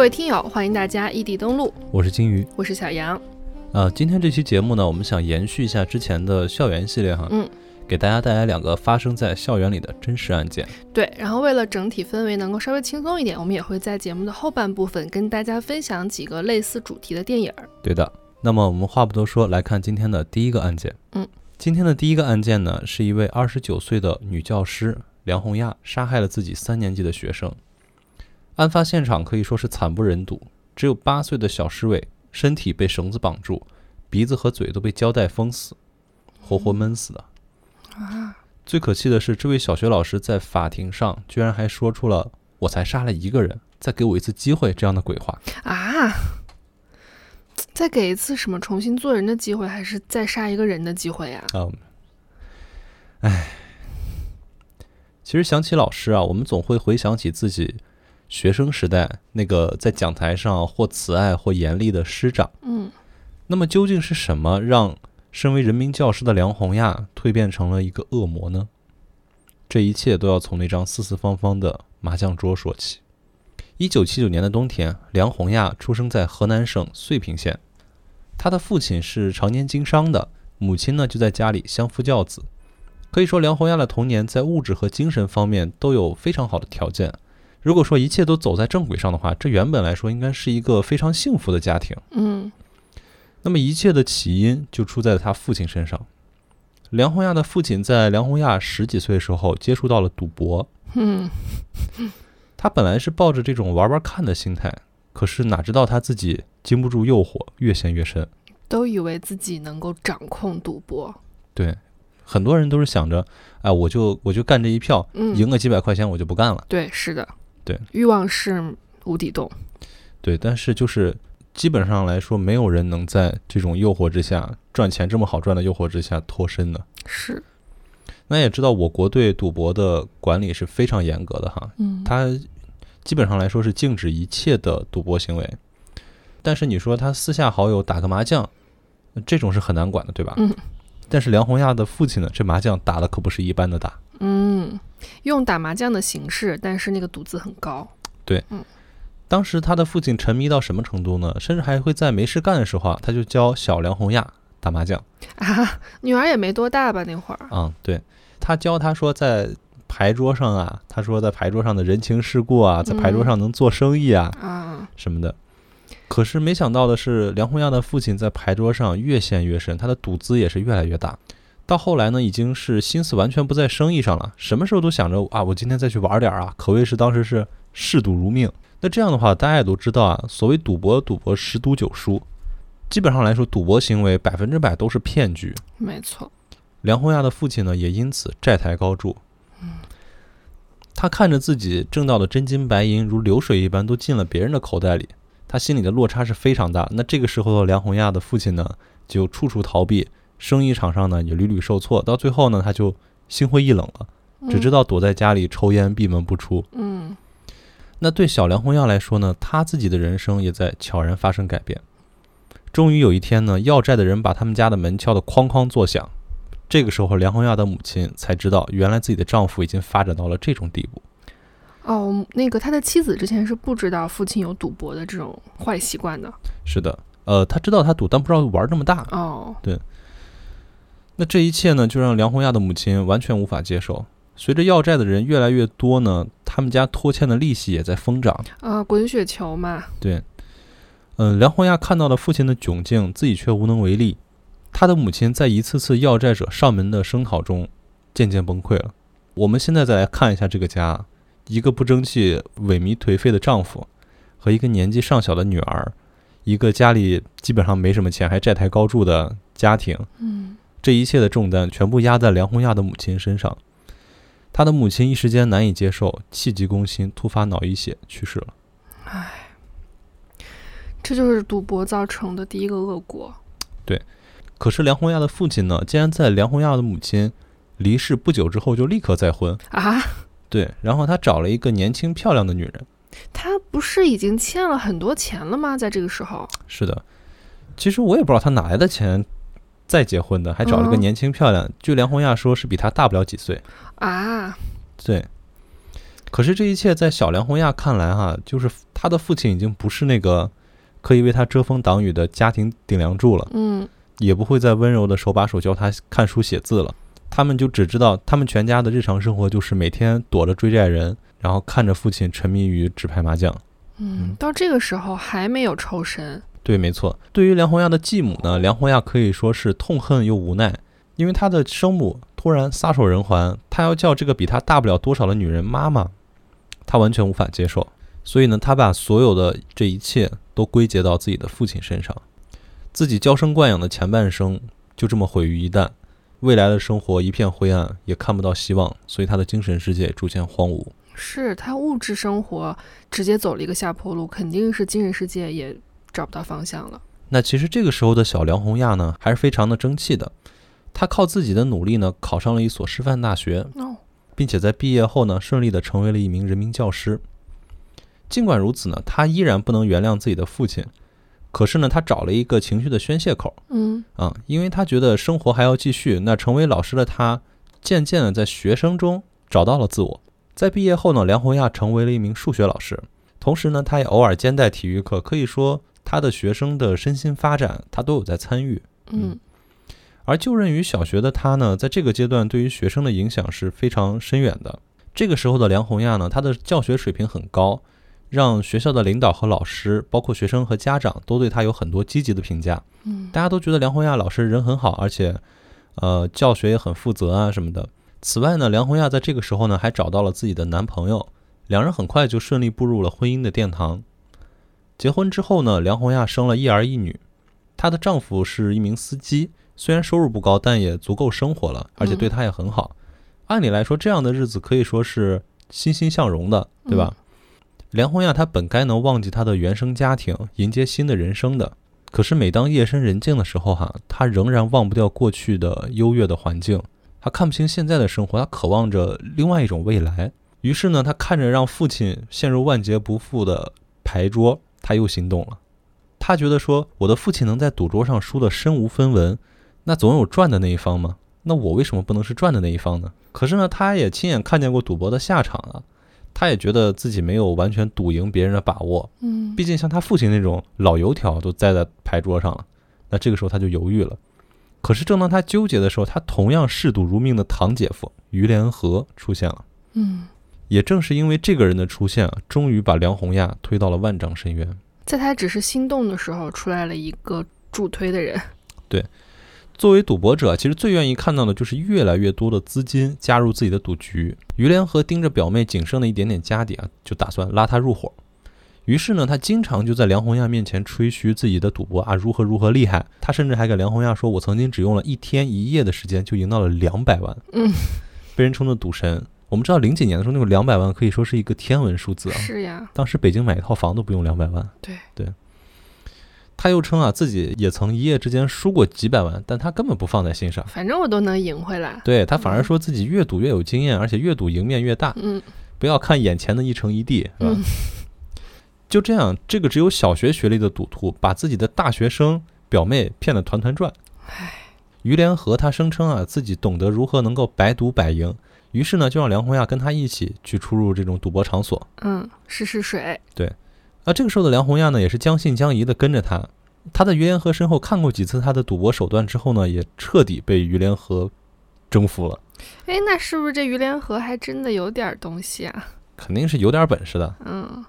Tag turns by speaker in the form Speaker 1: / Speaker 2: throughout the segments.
Speaker 1: 位听友，欢迎大家异地登录，
Speaker 2: 我是金鱼。
Speaker 1: 我是小杨。
Speaker 2: 呃，今天这期节目呢，我们想延续一下之前的校园系列哈，
Speaker 1: 嗯，
Speaker 2: 给大家带来两个发生在校园里的真实案件。
Speaker 1: 对，然后为了整体氛围能够稍微轻松一点，我们也会在节目的后半部分跟大家分享几个类似主题的电影儿。
Speaker 2: 对的，那么我们话不多说，来看今天的第一个案件。
Speaker 1: 嗯，
Speaker 2: 今天的第一个案件呢，是一位二十九岁的女教师梁红亚杀害了自己三年级的学生。案发现场可以说是惨不忍睹，只有八岁的小施伟身体被绳子绑住，鼻子和嘴都被胶带封死，活活闷死的。最可气的是，这位小学老师在法庭上居然还说出了“我才杀了一个人，再给我一次机会”这样的鬼话。
Speaker 1: 啊！再给一次什么重新做人的机会，还是再杀一个人的机会呀、
Speaker 2: 嗯，哎，其实想起老师啊，我们总会回想起自己学生时代那个在讲台上或慈爱或严厉的师长。
Speaker 1: 嗯，
Speaker 2: 那么究竟是什么让身为人民教师的梁红亚蜕变成了一个恶魔呢？这一切都要从那张四四方方的麻将桌说起。一九七九年的冬天，梁红亚出生在河南省遂平县，她的父亲是常年经商的，母亲呢就在家里相夫教子。可以说，梁红亚的童年在物质和精神方面都有非常好的条件。如果说一切都走在正轨上的话，这原本来说应该是一个非常幸福的家庭。
Speaker 1: 嗯，
Speaker 2: 那么一切的起因就出在他父亲身上。梁红亚的父亲在梁红亚十几岁的时候接触到了赌博，
Speaker 1: 嗯，
Speaker 2: 他本来是抱着这种玩玩看的心态，可是哪知道他自己经不住诱惑，越陷越深。
Speaker 1: 都以为自己能够掌控赌博，
Speaker 2: 对，很多人都是想着，哎，我就我就干这一票，
Speaker 1: 嗯，
Speaker 2: 赢个几百块钱我就不干了。
Speaker 1: 对，是的，
Speaker 2: 对，
Speaker 1: 欲望是无底洞，
Speaker 2: 对，但是就是基本上来说，没有人能在这种诱惑之下赚钱这么好赚的诱惑之下脱身的。
Speaker 1: 是，
Speaker 2: 那也知道我国对赌博的管理是非常严格的哈，
Speaker 1: 嗯，
Speaker 2: 它基本上来说是禁止一切的赌博行为。但是你说他私下好友打个麻将，呃这种是很难管的，对吧？
Speaker 1: 嗯。
Speaker 2: 但是梁红亚的父亲呢，这麻将打的可不是一般的打。
Speaker 1: 嗯，用打麻将的形式，但是那个赌资很高，
Speaker 2: 当时他的父亲沉迷到什么程度呢？甚至还会在没事干的时候啊，他就教小梁红亚打麻将
Speaker 1: 啊， 女儿也没多大吧那会儿，
Speaker 2: 啊、对他教他说在牌桌上啊，他说在牌桌上的人情世故啊，在牌桌上能做生意啊，
Speaker 1: 啊，
Speaker 2: 什么的。可是没想到的是，梁红亚的父亲在牌桌上越陷越深，他的赌资也是越来越大。到后来呢，已经是心思完全不在生意上了，什么时候都想着啊，我今天再去玩点儿啊，可谓是当时是嗜赌如命。那这样的话，大家也都知道啊，所谓赌博，赌博十赌九输，基本上来说，赌博行为百分之百都是骗局。
Speaker 1: 没错，
Speaker 2: 梁红亚的父亲呢，也因此债台高筑。他看着自己挣到的真金白银如流水一般都进了别人的口袋里，他心里的落差是非常大。那这个时候的梁红亚的父亲呢，就处处逃避，生意场上呢也屡屡受挫，到最后呢，他就心灰意冷了，只知
Speaker 1: 道，
Speaker 2: 道躲在家里抽烟，闭门不出。
Speaker 1: 嗯
Speaker 2: 那对小梁红耀来说呢，他自己的人生也在悄然发生改变。终于有一天呢，要债的人把他们家的门敲得哐哐作响。这个时候，梁红耀的母亲才知道，原来自己的丈夫已经发展到了这种地步。
Speaker 1: 哦，那个他的妻子之前是不知道父亲有赌博的这种坏习惯的，
Speaker 2: 是的，呃，他知道他赌，但不知道玩这么大。
Speaker 1: 哦，
Speaker 2: 那这一切呢，就让梁红亚的母亲完全无法接受。随着要债的人越来越多呢，他们家拖欠的利息也在疯涨。
Speaker 1: 啊，滚雪球嘛，
Speaker 2: 对，嗯，梁红亚看到了父亲的窘境，自己却无能为力。他的母亲在一次次要债者上门的声讨中，渐渐崩溃了。我们现在再来看一下这个家：一个不争气、萎靡颓废的丈夫，和一个年纪尚小的女儿，一个家里基本上没什么钱还债台高筑的家庭。
Speaker 1: 嗯
Speaker 2: 这一切的重担全部压在梁红亚的母亲身上。他的母亲一时间难以接受，气急攻心，突发脑溢血去世了。
Speaker 1: 这就是赌博造成的第一个恶果，
Speaker 2: 可是梁红亚的父亲呢，竟然在梁红亚的母亲离世不久之后就立刻再婚。
Speaker 1: 啊，
Speaker 2: 对，然后他找了一个年轻漂亮的女人。
Speaker 1: 他不是已经欠了很多钱了吗？在这个时候，
Speaker 2: 是的，其实我也不知道他哪来的钱再结婚的，还找了个
Speaker 1: 嗯
Speaker 2: 年轻漂亮。据梁红亚说，是比他大不了几岁。
Speaker 1: 啊，
Speaker 2: 对，可是这一切在小梁红亚看来、哈，就是他的父亲已经不是那个可以为他遮风挡雨的家庭顶梁柱了，
Speaker 1: 嗯
Speaker 2: 也不会再温柔的手把手教他看书写字了。他们就只知道，他们全家的日常生活就是每天躲着追债人，然后看着父亲沉迷于纸牌麻将。
Speaker 1: 嗯，到这个时候还没有抽身，
Speaker 2: 对，没错。对于梁红亚的继母呢，梁红亚可以说是痛恨又无奈，因为她的生母突然撒手人寰，她要叫这个比她大不了多少的女人妈妈，她完全无法接受。所以呢，她把所有的这一切都归结到自己的父亲身上，自己娇生惯养的前半生就这么毁于一旦，未来的生活一片灰暗，也看不到希望，所以她的精神世界也逐渐荒芜。
Speaker 1: 是他物质生活直接走了一个下坡路，肯定是精神世界也找不到方向了。
Speaker 2: 那其实这个时候的小梁红亚呢，还是非常的争气的。她靠自己的努力呢，考上了一所师范大学，
Speaker 1: 哦，
Speaker 2: 并且在毕业后呢，顺利的成为了一名人民教师。尽管如此呢，她依然不能原谅自己的父亲。可是呢，她找了一个情绪的宣泄口
Speaker 1: 嗯
Speaker 2: 啊，因为她觉得生活还要继续。那成为老师的她，渐渐的在学生中找到了自我。在毕业后呢，梁红亚成为了一名数学老师，同时呢，她也偶尔兼带体育课，可以说她的学生的身心发展，她都有在参与。
Speaker 1: 嗯
Speaker 2: 而就任于小学的他呢，在这个阶段对于学生的影响是非常深远的。这个时候的梁红亚呢，她的教学水平很高，让学校的领导和老师，包括学生和家长，都对她有很多积极的评价。
Speaker 1: 嗯
Speaker 2: 大家都觉得梁红亚老师人很好，而且，呃，教学也很负责啊什么的。此外呢，梁红亚在这个时候呢，还找到了自己的男朋友，两人很快就顺利步入了婚姻的殿堂。结婚之后呢，梁红亚生了一儿一女，她的丈夫是一名司机，虽然收入不高，但也足够生活了，而且对她也很好。按理来说，这样的日子可以说是欣欣向荣的，对吧？梁红亚她本该能忘记她的原生家庭，迎接新的人生的，可是每当夜深人静的时候、哈，他仍然忘不掉过去的优越的环境，他看不清现在的生活，他渴望着另外一种未来。于是呢，他看着让父亲陷入万劫不复的牌桌，他又心动了。他觉得说，我的父亲能在赌桌上输得身无分文，那总有赚的那一方嘛。那我为什么不能是赚的那一方呢？可是呢，他也亲眼看见过赌博的下场啊，他也觉得自己没有完全赌赢别人的把握。
Speaker 1: 嗯
Speaker 2: 毕竟像他父亲那种老油条都栽在牌桌上了，那这个时候他就犹豫了。可是正当他纠结的时候，他同样嗜赌如命的堂姐夫于连和出现了。
Speaker 1: 嗯，
Speaker 2: 也正是因为这个人的出现啊，终于把梁红亚推到了万丈深渊。
Speaker 1: 在他只是心动的时候，出来了一个助推的人。
Speaker 2: 作为赌博者，其实最愿意看到的就是越来越多的资金加入自己的赌局。于连和盯着表妹仅剩的一点点家底啊，就打算拉她入伙。于是呢，他经常就在梁红亚面前吹嘘自己的赌博啊如何如何厉害。他甚至还给梁红亚说：“我曾经只用了一天一夜的时间就赢到了两百万。”
Speaker 1: 嗯，
Speaker 2: 被人称作赌神。我们知道零几年的时候，那种两百万可以说是一个天文数字 啊。
Speaker 1: 是呀，
Speaker 2: 当时北京买一套房都不用两百万。
Speaker 1: 对
Speaker 2: 对。他又称啊，自己也曾一夜之间输过几百万，但他根本不放在心上。
Speaker 1: 反正我都能赢回来。
Speaker 2: 对他反而
Speaker 1: 嗯
Speaker 2: 说自己越赌越有经验，而且越赌赢面越大。
Speaker 1: 嗯
Speaker 2: 不要看眼前的一城一地，是吧？
Speaker 1: 嗯
Speaker 2: 就这样，这个只有小学学历的赌徒，把自己的大学生表妹骗得团团转。于连和他声称啊，自己懂得如何能够百赌百赢，于是呢，就让梁红亚跟他一起去出入这种赌博场所。
Speaker 1: 嗯，试试水。
Speaker 2: 啊，这个时候的梁红亚呢，也是将信将疑的跟着他。他在于连和身后看过几次他的赌博手段之后呢，也彻底被于连和征服了，
Speaker 1: 哎，那是不是这于连河还真的有点东西啊？
Speaker 2: 肯定是有点本事的。
Speaker 1: 嗯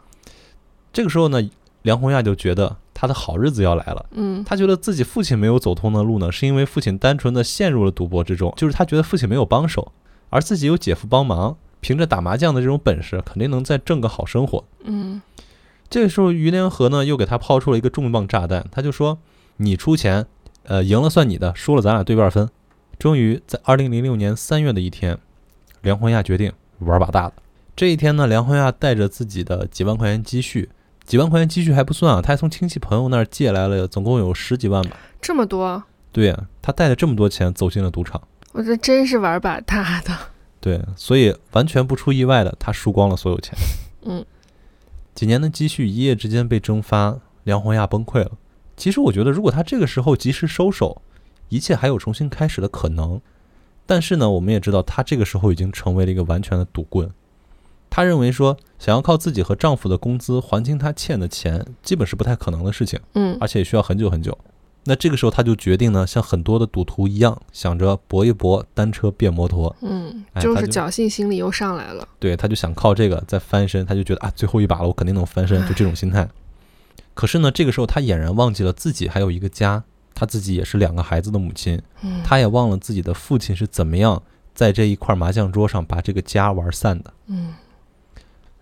Speaker 2: 这个时候呢，梁红亚就觉得他的好日子要来了。
Speaker 1: 嗯
Speaker 2: 他觉得自己父亲没有走通的路呢，是因为父亲单纯的陷入了赌博之中，就是他觉得父亲没有帮手，而自己有姐夫帮忙，凭着打麻将的这种本事，肯定能再挣个好生活。
Speaker 1: 嗯
Speaker 2: 这个时候，于连河呢又给他抛出了一个重磅炸弹，他就说：“你出钱，呃，赢了算你的，输了咱俩对半分。”终于在二零零六年三月的一天，梁红亚决定玩把大的。这一天呢，梁红亚带着自己的几万块钱积蓄，几万块钱积蓄还不算啊，他还从亲戚朋友那儿借来了，总共有十几万吧。
Speaker 1: 这么多，
Speaker 2: 对啊，他带着这么多钱走进了赌场。
Speaker 1: 我这真是玩把大的。
Speaker 2: 对，所以完全不出意外的，他输光了所有钱。
Speaker 1: 嗯，
Speaker 2: 几年的积蓄一夜之间被蒸发，梁红亚崩溃了。其实我觉得，如果他这个时候及时收手，一切还有重新开始的可能。但是呢，我们也知道，他这个时候已经成为了一个完全的赌棍，她认为说，想要靠自己和丈夫的工资还清她欠的钱，基本是不太可能的事情，
Speaker 1: 嗯
Speaker 2: 而且也需要很久很久。那这个时候，她就决定呢，像很多的赌徒一样，想着搏一搏，单车变摩托。
Speaker 1: 嗯，
Speaker 2: 哎
Speaker 1: 就
Speaker 2: 他
Speaker 1: 是
Speaker 2: 就
Speaker 1: 侥幸心理又上来了。
Speaker 2: 对，她就想靠这个再翻身，她就觉得啊，最后一把了，我肯定能翻身，就这种心态。可是呢，这个时候她俨然忘记了自己还有一个家，她自己也是两个孩子的母亲，
Speaker 1: 嗯，
Speaker 2: 她也忘了自己的父亲是怎么样在这一块麻将桌上把这个家玩散的。
Speaker 1: 嗯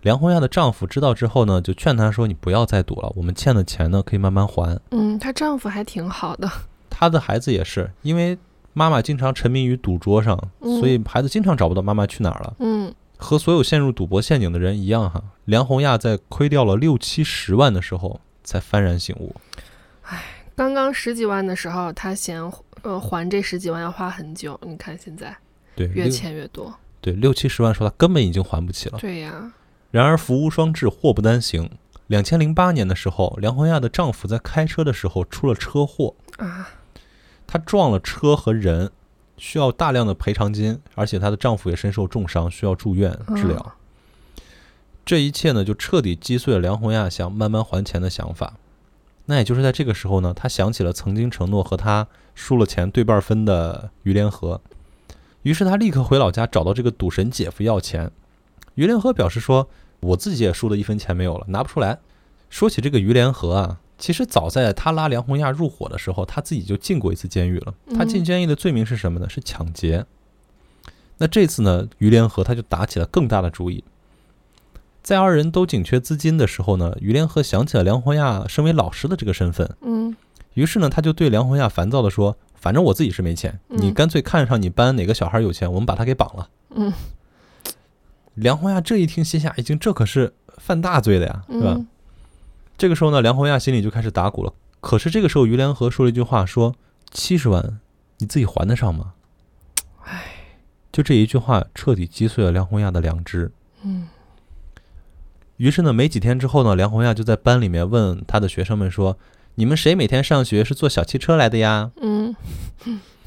Speaker 2: 梁红亚的丈夫知道之后呢，就劝她说：“你不要再赌了，我们欠的钱呢可以慢慢还。
Speaker 1: 嗯，她丈夫还挺好的。”
Speaker 2: 她的孩子也是，因为妈妈经常沉迷于赌桌上，
Speaker 1: 嗯
Speaker 2: 所以孩子经常找不到妈妈去哪儿了。
Speaker 1: 嗯
Speaker 2: 和所有陷入赌博陷阱的人一样哈，梁红亚在亏掉了六七十万的时候才幡然醒悟。
Speaker 1: 刚刚十几万的时候，她嫌呃还这十几万要花很久，你看现在
Speaker 2: 对，
Speaker 1: 越
Speaker 2: 六
Speaker 1: 欠越多。
Speaker 2: 对六七十万的时候，她根本已经还不起了。
Speaker 1: 对呀、
Speaker 2: 然而福无双至，祸不单行。两千零八年的时候，梁红亚的丈夫在开车的时候出了车祸，
Speaker 1: 啊，
Speaker 2: 她撞了车和人，需要大量的赔偿金，而且她的丈夫也身受重伤，需要住院治疗。这一切呢，就彻底击碎了梁红亚想慢慢还钱的想法。那也就是在这个时候呢，她想起了曾经承诺和她输了钱对半分的于连河，于是她立刻回老家找到这个赌神姐夫要钱。于连河表示说：“我自己也输的一分钱没有了，拿不出来。”说起这个于连河啊，其实早在他拉梁红亚入伙的时候，他自己就进过一次监狱了。他进
Speaker 1: 嗯
Speaker 2: 监狱的罪名是什么呢？是抢劫。那这次呢，于连河他就打起了更大的主意。在二人都紧缺资金的时候呢，于连河想起了梁红亚身为老师的这个身份，
Speaker 1: 嗯
Speaker 2: 于是呢，他就对梁红亚烦躁地说：“反正我自己是没钱，
Speaker 1: 嗯
Speaker 2: 你干脆看上你班哪个小孩有钱，我们把他给绑了。
Speaker 1: 嗯”
Speaker 2: 梁红亚这一听，心下一惊，这可是犯大罪的呀，是吧？
Speaker 1: 嗯
Speaker 2: 这个时候呢，梁红亚心里就开始打鼓了。可是这个时候，于连河说了一句话，说：“七十万，你自己还得上吗？”
Speaker 1: 唉，
Speaker 2: 就这一句话，彻底击碎了梁红亚的良知。
Speaker 1: 嗯
Speaker 2: 于是呢，没几天之后呢，梁红亚就在班里面问他的学生们说：“你们谁每天上学是坐小汽车来的呀
Speaker 1: 嗯，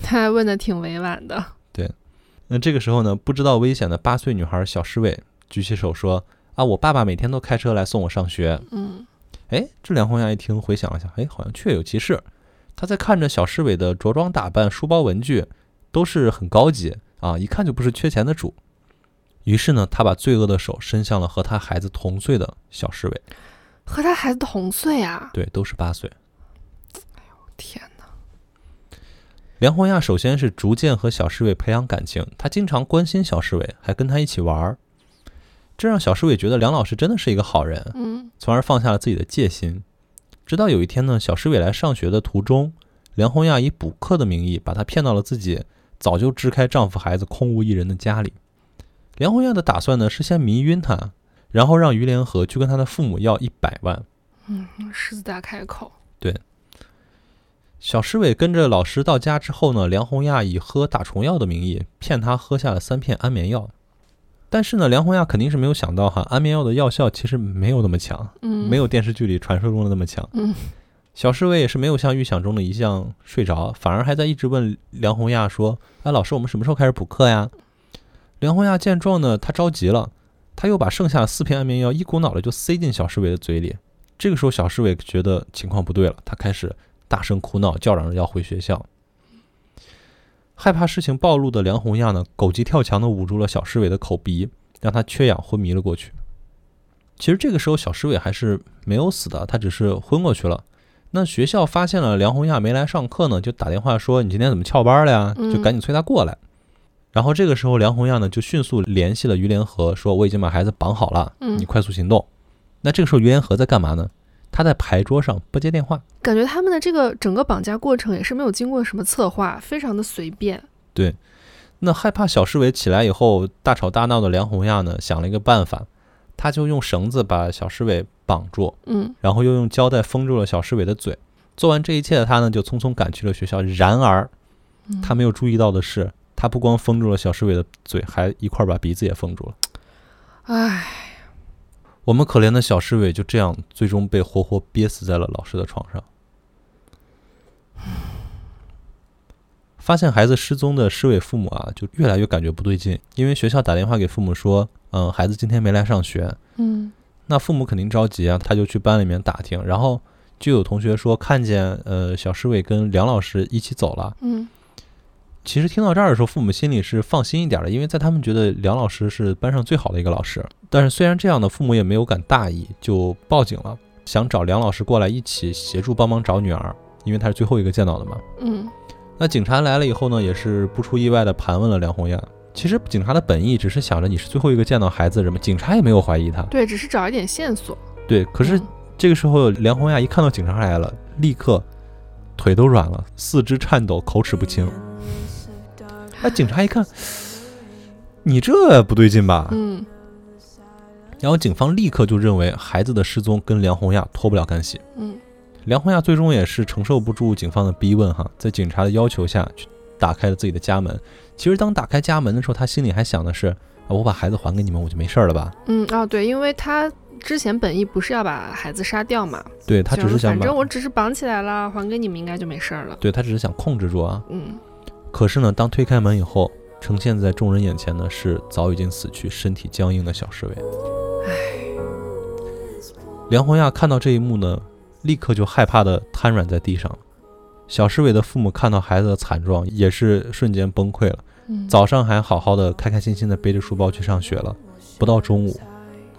Speaker 1: 她还问的挺委婉的。？”
Speaker 2: 那这个时候呢，不知道危险的八岁女孩小侍卫举起手说：“啊，我爸爸每天都开车来送我上学。
Speaker 1: 嗯”
Speaker 2: 哎，这梁红亚一听，回想了一下，哎，好像确有其事。她在看着小侍卫的着装打扮、书包文具，都是很高级啊，一看就不是缺钱的主。于是呢，她把罪恶的手伸向了和她孩子同岁的小侍卫，
Speaker 1: 和她孩子同岁啊！
Speaker 2: 对，都是八岁。
Speaker 1: 天哪，
Speaker 2: 梁红亚首先是逐渐和小侍卫培养感情，她经常关心小侍卫，还跟他一起玩儿，这让小侍卫觉得梁老师真的是一个好人，
Speaker 1: 嗯
Speaker 2: 从而放下了自己的戒心。直到有一天呢，小侍卫来上学的途中，梁红亚以补课的名义把她骗到了自己早就支开丈夫孩子空无一人的家里。梁红亚的打算呢是先迷晕她，然后让于连河去跟他的父母要一百万。
Speaker 1: 嗯，狮子大开口。
Speaker 2: 小侍卫跟着老师到家之后呢，梁红亚以喝打虫药的名义骗他喝下了三片安眠药。但是呢，梁红亚肯定是没有想到哈，安眠药的药效其实没有那么强，
Speaker 1: 嗯，
Speaker 2: 没有电视剧里传说中的那么强。
Speaker 1: 嗯
Speaker 2: 小侍卫也是没有像预想中的一样睡着，反而还在一直问梁红亚说：“哎，老师，我们什么时候开始补课呀？”梁红亚见状呢，她着急了，她又把剩下的四片安眠药一股脑的就塞进小侍卫的嘴里。这个时候，小侍卫觉得情况不对了，他开始大声哭闹，叫嚷着要回学校。害怕事情暴露的梁红亚呢，狗急跳墙的捂住了小侍卫的口鼻，让他缺氧昏迷了过去。其实这个时候，小侍卫还是没有死的，他只是昏过去了。那学校发现了梁红亚没来上课呢，就打电话说你今天怎么翘班了呀？
Speaker 1: 嗯
Speaker 2: 就赶紧催她过来。然后这个时候，梁红亚呢就迅速联系了于连河，说我已经把孩子绑好了，
Speaker 1: 嗯
Speaker 2: 你快速行动。那这个时候，于连河在干嘛呢？他在牌桌上不接电话。
Speaker 1: 感觉他们的这个整个绑架过程也是没有经过什么策划，非常的随便。
Speaker 2: 那害怕小侍卫起来以后大吵大闹的梁红亚呢，想了一个办法，他就用绳子把小侍卫绑住，
Speaker 1: 嗯
Speaker 2: 然后又用胶带封住了小侍卫的嘴。做完这一切的他呢，就匆匆赶去了学校。然而，
Speaker 1: 嗯
Speaker 2: 他没有注意到的是，他不光封住了小侍卫的嘴，还一块儿把鼻子也封住了。
Speaker 1: 唉，
Speaker 2: 我们可怜的小侍卫就这样最终被活活憋死在了老师的床上。发现孩子失踪的市委父母啊，就越来越感觉不对劲，因为学校打电话给父母说，嗯，孩子今天没来上学，
Speaker 1: 嗯
Speaker 2: 那父母肯定着急啊，他就去班里面打听，然后就有同学说看见呃小市委跟梁老师一起走了。
Speaker 1: 嗯
Speaker 2: 其实听到这儿的时候，父母心里是放心一点的，因为在他们觉得梁老师是班上最好的一个老师。但是虽然这样呢，父母也没有敢大意，就报警了，想找梁老师过来一起协助帮忙找女儿，因为他是最后一个见到的嘛。
Speaker 1: 嗯
Speaker 2: 那警察来了以后呢，也是不出意外的盘问了梁红艳。其实警察的本意只是想着你是最后一个见到孩子的人嘛，警察也没有怀疑他。
Speaker 1: 对，只是找一点线索。
Speaker 2: 对，可是
Speaker 1: 嗯
Speaker 2: 这个时候，梁红亚一看到警察来了，立刻腿都软了，四肢颤抖，口齿不清。那警察一看，你这不对劲吧？
Speaker 1: 嗯
Speaker 2: 然后警方立刻就认为孩子的失踪跟梁红亚脱不了干系。
Speaker 1: 嗯
Speaker 2: 梁红亚最终也是承受不住警方的逼问，哈，在警察的要求下去打开了自己的家门。其实当打开家门的时候，他心里还想的是，啊，我把孩子还给你们，我就没事儿了吧？
Speaker 1: 嗯啊，对，因为他之前本意不是要把孩子杀掉嘛，
Speaker 2: 对他只是想
Speaker 1: 反
Speaker 2: 把，
Speaker 1: 正我只是绑起来了，还给你们应该就没事儿了。
Speaker 2: 对他只是想控制住啊。
Speaker 1: 嗯
Speaker 2: 可是呢，当推开门以后，呈现在众人眼前的是早已经死去、身体僵硬的小侍卫。梁红亚看到这一幕呢，立刻就害怕的瘫软在地上了。小侍卫的父母看到孩子的惨状，也是瞬间崩溃了。
Speaker 1: 嗯，
Speaker 2: 早上还好好的、开开心心的背着书包去上学了，不到中午，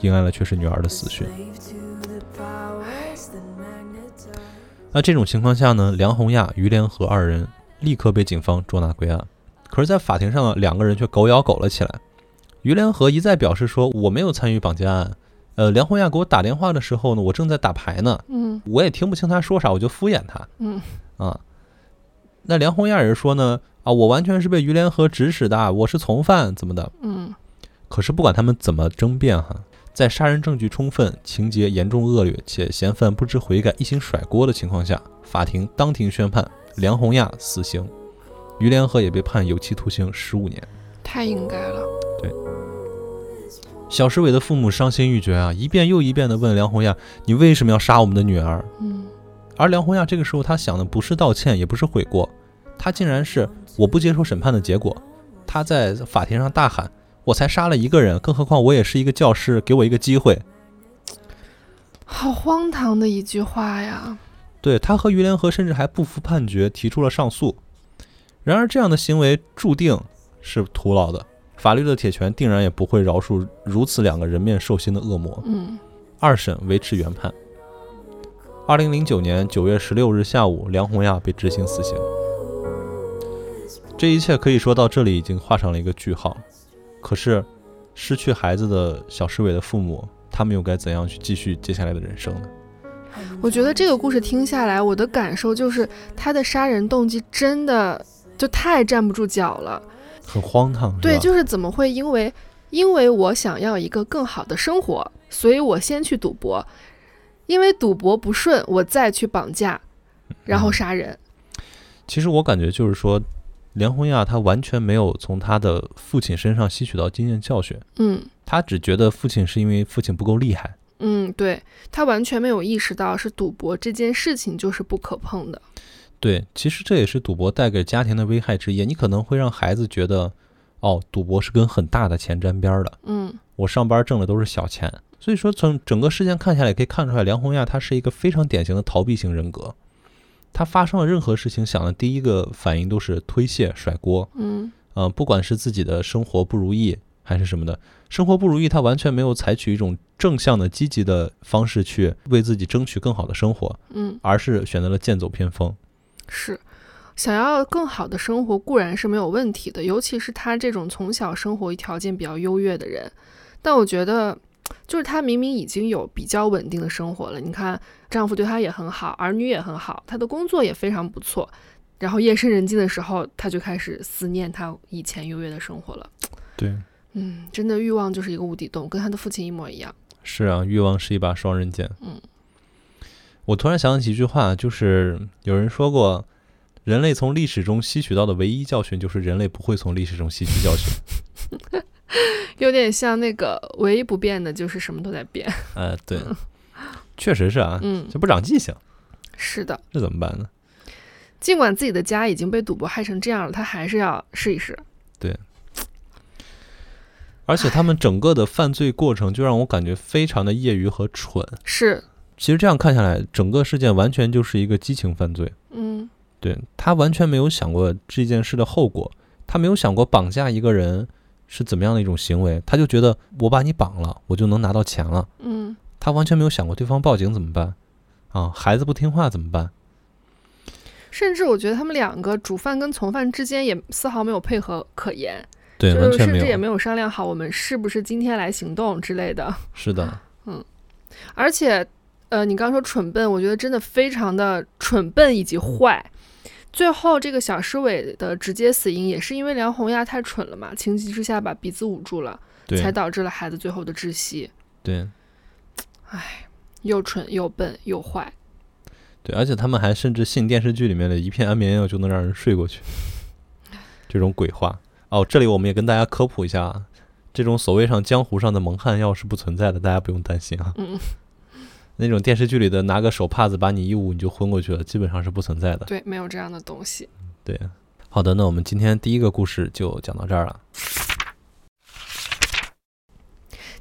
Speaker 2: 迎来了却是女儿的死讯。那这种情况下呢，梁红亚、于连和二人立刻被警方捉拿归案。可是，在法庭上呢，两个人却狗咬狗了起来。于连和一再表示说：“我没有参与绑架案。”呃，梁红亚给我打电话的时候呢，我正在打牌呢，
Speaker 1: 嗯
Speaker 2: 我也听不清他说啥，我就敷衍他
Speaker 1: 嗯
Speaker 2: 啊。那梁红亚也是说呢：“啊，我完全是被于连和指使的，啊我是从犯，怎么的？”
Speaker 1: 嗯
Speaker 2: 可是不管他们怎么争辩哈，在杀人证据充分、情节严重恶劣且嫌犯不知悔改、一心甩锅的情况下，法庭当庭宣判梁红亚死刑，于连和也被判有期徒刑十五年。
Speaker 1: 太应该了。
Speaker 2: 小石伟的父母伤心欲绝啊，一遍又一遍地问梁红亚：“你为什么要杀我们的女儿
Speaker 1: 嗯？”
Speaker 2: 而梁红亚这个时候，她想的不是道歉，也不是悔过，她竟然是我不接受审判的结果。她在法庭上大喊：“我才杀了一个人，更何况我也是一个教师，给我一个机会。”
Speaker 1: 好荒唐的一句话呀！
Speaker 2: 对他和于连和甚至还不服判决，提出了上诉。然而，这样的行为注定是徒劳的，法律的铁拳定然也不会饶恕如此两个人面兽心的恶魔。
Speaker 1: 嗯
Speaker 2: 二审维持原判。二零零九年九月十六日下午，梁红亚被执行死刑。这一切可以说到这里已经画上了一个句号。可是，失去孩子的小石伟的父母，他们又该怎样去继续接下来的人生呢？
Speaker 1: 我觉得这个故事听下来，我的感受就是他的杀人动机真的就太站不住脚了。
Speaker 2: 很荒唐，是
Speaker 1: 对，啊
Speaker 2: 吧
Speaker 1: 就是怎么会因为因为我想要一个更好的生活，所以我先去赌博，因为赌博不顺，我再去绑架，然后杀人。
Speaker 2: 其实我感觉就是说，梁红亚她完全没有从她的父亲身上吸取到经验教训，
Speaker 1: 嗯
Speaker 2: 她只觉得父亲是因为父亲不够厉害。
Speaker 1: 嗯，对他完全没有意识到是赌博这件事情就是不可碰的。
Speaker 2: 对，其实这也是赌博带给家庭的危害之一。你可能会让孩子觉得，哦，赌博是跟很大的钱沾边儿的，
Speaker 1: 嗯
Speaker 2: 我上班挣的都是小钱。所以说，从整个事件看下来，可以看出来，梁红亚她是一个非常典型的逃避型人格。她发生了任何事情，想的第一个反应都是推卸、甩锅。
Speaker 1: 嗯
Speaker 2: 嗯、不管是自己的生活不如意还是什么的，生活不如意，他完全没有采取一种正向的、积极的方式去为自己争取更好的生活，
Speaker 1: 嗯，
Speaker 2: 而是选择了剑走偏锋。
Speaker 1: 是。想要更好的生活固然是没有问题的，尤其是他这种从小生活条件比较优越的人。但我觉得，就是她明明已经有比较稳定的生活了，你看丈夫对她也很好，儿女也很好，她的工作也非常不错。然后夜深人静的时候，她就开始思念她以前优越的生活了。
Speaker 2: 对，
Speaker 1: 嗯，真的欲望就是一个无底洞，跟她的父亲一模一样。
Speaker 2: 是啊，欲望是一把双刃剑。
Speaker 1: 嗯，
Speaker 2: 我突然想起一句话，就是有人说过，人类从历史中吸取到的唯一教训，就是人类不会从历史中吸取教 训。
Speaker 1: 有点像那个唯一不变的就是什么都在变。
Speaker 2: 呃，对，确实是啊，
Speaker 1: 嗯，
Speaker 2: 这不长记性，
Speaker 1: 是的，
Speaker 2: 这怎么办呢？
Speaker 1: 尽管自己的家已经被赌博害成这样了，他还是要试一试。
Speaker 2: 而且他们整个的犯罪过程就让我感觉非常的业余和蠢。
Speaker 1: 是，
Speaker 2: 其实这样看下来，整个事件完全就是一个激情犯罪。
Speaker 1: 嗯，
Speaker 2: 对他完全没有想过这件事的后果，他没有想过绑架一个人是怎么样的一种行为，他就觉得我把你绑了，我就能拿到钱了。
Speaker 1: 嗯，
Speaker 2: 他完全没有想过对方报警怎么办，啊，孩子不听话怎么办？
Speaker 1: 甚至我觉得他们两个主犯跟从犯之间也丝毫没有配合可言，
Speaker 2: 对，
Speaker 1: 就
Speaker 2: 完
Speaker 1: 是
Speaker 2: 全没
Speaker 1: 甚至也
Speaker 2: 有。
Speaker 1: 没有商量好我们是不是今天来行动之类的。
Speaker 2: 是
Speaker 1: 啊
Speaker 2: 的，
Speaker 1: 而且，呃，你刚说蠢笨，我觉得真的非常的蠢笨以及坏。最后，这个小施伟的直接死因也是因为梁红亚太蠢了嘛，情急之下把鼻子捂住了，才
Speaker 2: 对
Speaker 1: 导致了孩子最后的窒息。
Speaker 2: 对
Speaker 1: 又蠢又笨又坏，
Speaker 2: 对，而且他们还甚至信电视剧里面的一片安眠药就能让人睡 过去，这种鬼话。哦，这里我们也跟大家科普一下啊，这种所谓上江湖上的蒙汗药是不存在的，大家不用担心啊。
Speaker 1: 嗯，
Speaker 2: 那种电视剧里的拿个手帕子把你一捂你就昏过去了，基本上是不存在的。
Speaker 1: 对，没有这样的东西。
Speaker 2: 对，好的，那我们今天第一个故事就讲到这儿了。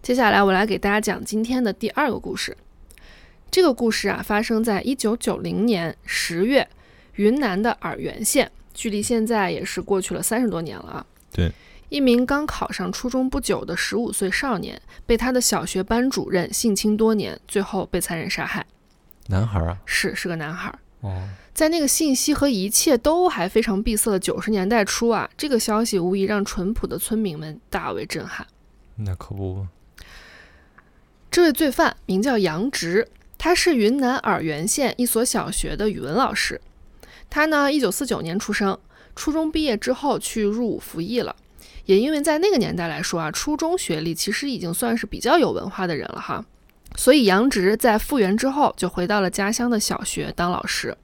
Speaker 1: 接下来我来给大家讲今天的第二个故事。这个故事啊，发生在一九九零年十月，云南的洱源县，距离现在也是过去了三十多年了啊。
Speaker 2: 对，
Speaker 1: 一名刚考上初中不久的十五岁少年，被他的小学班主任性侵多年，最后被残忍杀害。
Speaker 2: 男孩啊，
Speaker 1: 是是个男孩。
Speaker 2: 哦，
Speaker 1: 在那个信息和一切都还非常闭塞的九十年代初啊，这个消息无疑让淳朴的村民们大为震撼。
Speaker 2: 那可不，
Speaker 1: 这位罪犯名叫杨直，他是云南洱源县一所小学的语文老师。他呢，一九四九年出生，初中毕业之后去入伍服役了。也因为在那个年代来说啊，初中学历其实已经算是比较有文化的人了哈。所以杨直在复员之后就回到了家乡的小学当老师。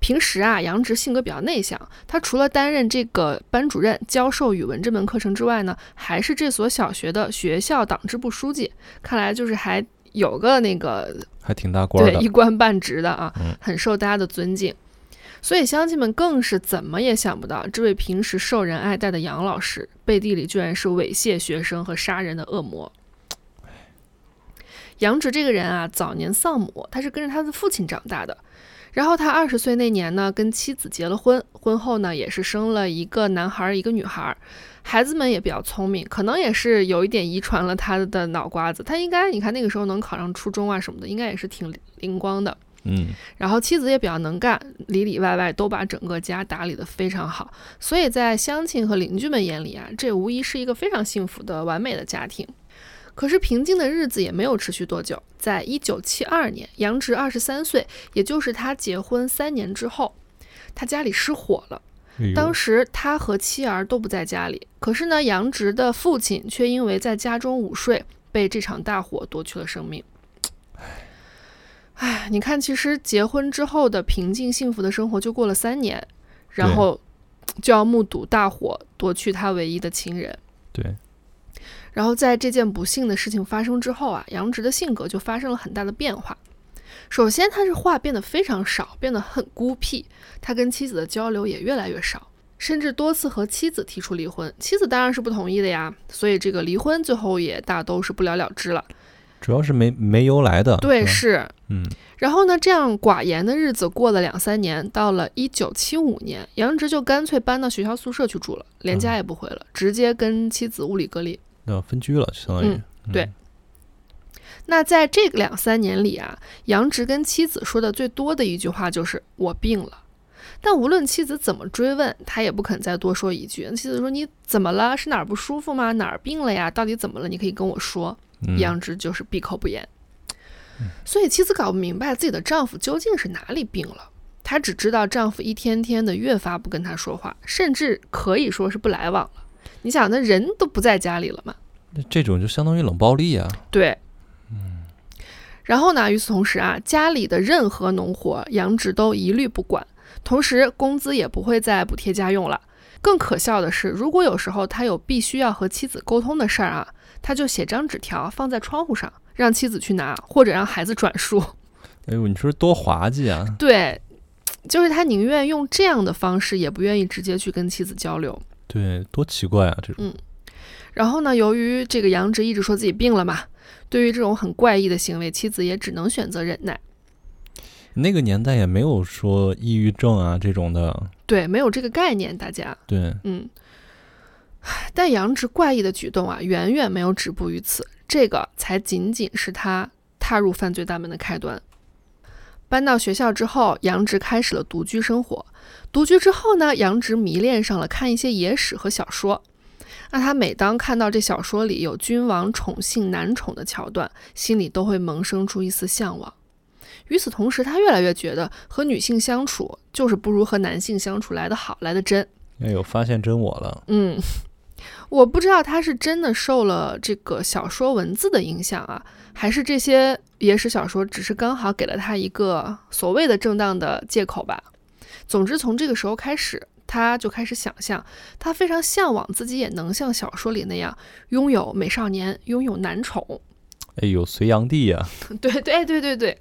Speaker 1: 平时啊，杨直性格比较内向，他除了担任这个班主任教授语文这门课程之外呢，还是这所小学的学校党支部书记。看来就是还有个那个
Speaker 2: 还挺大官
Speaker 1: 对
Speaker 2: 的
Speaker 1: 一。官半职的啊
Speaker 2: 嗯，
Speaker 1: 很受大家的尊敬。所以乡亲们更是怎么也想不到，这位平时受人爱戴的杨老师，背地里居然是猥亵学生和杀人的恶魔。杨直这个人啊，早年丧母，他是跟着他的父亲长大的。然后他二十岁那年呢，跟妻子结了婚，婚后呢也是生了一个男孩儿一个女孩儿，孩子们也比较聪明，可能也是有一点遗传了他的脑瓜子。他应该，你看那个时候能考上初中啊什么的，应该也是挺灵光的。
Speaker 2: 嗯，
Speaker 1: 然后妻子也比较能干，里里外外都把整个家打理得非常好，所以在乡亲和邻居们眼里啊，这无疑是一个非常幸福的完美的家庭。可是平静的日子也没有持续多久，在一九七二年，杨直二十三岁，也就是他结婚三年之后，他家里失火了。
Speaker 2: 哎呦
Speaker 1: 当时他和妻儿都不在家里，可是呢，杨直的父亲却因为在家中午睡，被这场大火夺去了生命。唉，你看，其实结婚之后的平静幸福的生活就过了三年，然
Speaker 2: 对
Speaker 1: 后就要目睹大火夺去他唯一的亲人。
Speaker 2: 对，
Speaker 1: 然后在这件不幸的事情发生之后啊，杨直的性格就发生了很大的变化。首先，他是话变得非常少，变得很孤僻，他跟妻子的交流也越来越少，甚至多次和妻子提出离婚，妻子当然是不同意的呀，所以这个离婚最后也大都是不了了之了。
Speaker 2: 主要是没没由来的。
Speaker 1: 对，
Speaker 2: 吧
Speaker 1: 是
Speaker 2: 嗯，
Speaker 1: 然后呢，这样寡言的日子过了两三年，到了一九七五年，杨直就干脆搬到学校宿舍去住了，连家也不回了，直接跟妻子物理隔离。
Speaker 2: 那分居了，相当于。
Speaker 1: 对
Speaker 2: 嗯
Speaker 1: 那在这两三年里啊，杨直跟妻子说的最多的一句话就是“我病了”，但无论妻子怎么追问，他也不肯再多说一句。妻子说：“你怎么了？是哪儿不舒服吗？哪儿病了呀？到底怎么了？你可以跟我说。”
Speaker 2: 嗯
Speaker 1: 杨直就是闭口不言。所以妻子搞不明白自己的丈夫究竟是哪里病了，她只知道丈夫一天天的越发不跟她说话，甚至可以说是不来往了。你想，那人都不在家里了嘛，
Speaker 2: 那这种就相当于冷暴力啊。
Speaker 1: 对，然后呢，与此同时啊，家里的任何农活，杨直都一律不管，同时工资也不会再补贴家用了。更可笑的是，如果有时候他有必须要和妻子沟通的事儿啊，他就写张纸条放在窗户上，让妻子去拿，或者让孩子转述。
Speaker 2: 哎呦，你说多滑稽啊！
Speaker 1: 对，就是他宁愿用这样的方式，也不愿意直接去跟妻子交流。
Speaker 2: 对，多奇怪啊！这种，
Speaker 1: 然后呢，由于这个杨直一直说自己病了嘛，对于这种很怪异的行为，妻子也只能选择忍耐。
Speaker 2: 那个年代也没有说抑郁症啊这种的，
Speaker 1: 对，没有这个概念，大家，
Speaker 2: 对，
Speaker 1: 嗯。但杨直怪异的举动啊，远远没有止步于此，这个才仅仅是他踏入犯罪大门的开端。搬到学校之后，杨直开始了独居生活。独居之后呢，杨直迷恋上了看一些野史和小说。那他每当看到这小说里有君王宠幸男宠的桥段，心里都会萌生出一丝向往。与此同时，他越来越觉得和女性相处就是不如和男性相处来得好，来得真。
Speaker 2: 哎呦，发现真我了，
Speaker 1: 嗯，我不知道他是真的受了这个小说文字的影响啊，还是这些野史小说只是刚好给了他一个所谓的正当的借口吧。总之，从这个时候开始，他就开始想象，他非常向往自己也能像小说里那样拥有美少年，拥有男宠。
Speaker 2: 哎呦，隋炀帝呀、
Speaker 1: 对对哎对对对。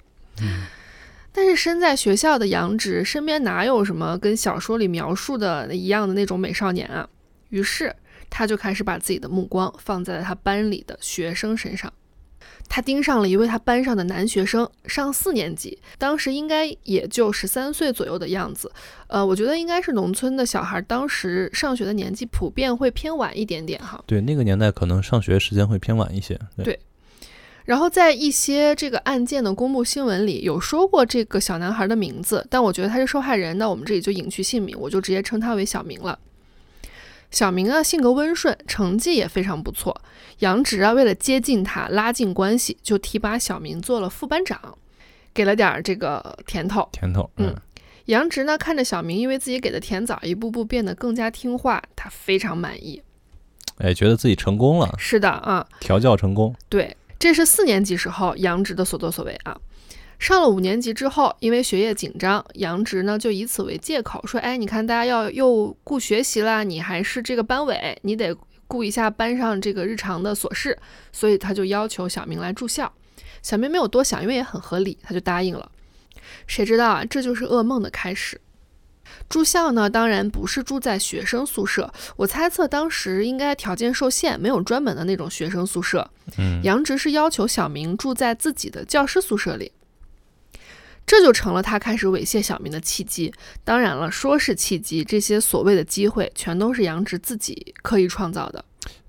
Speaker 1: 但是身在学校的杨直身边哪有什么跟小说里描述的一样的那种美少年啊？于是他就开始把自己的目光放在了他班里的学生身上。他盯上了一位他班上的男学生，上四年级，当时应该也就十三岁左右的样子。呃，我觉得应该是农村的小孩，当时上学的年纪普遍会偏晚一点点哈。
Speaker 2: 对，那个年代可能上学时间会偏晚一些，对，
Speaker 1: 对然后在一些这个案件的公布新闻里有说过这个小男孩的名字，但我觉得他是受害人，那我们这里就隐去姓名，我就直接称他为小明了。小明啊，性格温顺，成绩也非常不错。杨直啊，为了接近他，拉近关系，就提拔小明做了副班长，给了点儿这个甜头。
Speaker 2: 甜头，
Speaker 1: 嗯杨直呢，看着小明因为自己给的甜枣，一步步变得更加听话，他非常满意。
Speaker 2: 哎，觉得自己成功了，
Speaker 1: 是的啊，
Speaker 2: 调教成功，
Speaker 1: 对，这是四年级时候杨直的所作所为啊。上了五年级之后，因为学业紧张，杨直呢就以此为借口说：“哎，你看大家要又顾学习啦，你还是这个班委，你得顾一下班上这个日常的琐事。”所以他就要求小明来住校。小明没有多想，因为也很合理，他就答应了。谁知道啊，这就是噩梦的开始。住校呢，当然不是住在学生宿舍，我猜测当时应该条件受限，没有专门的那种学生宿舍。
Speaker 2: 嗯，
Speaker 1: 杨直是要求小明住在自己的教师宿舍里，这就成了他开始猥亵小明的契机。当然了，说是契机，这些所谓的机会全都是杨直自己刻意创造的。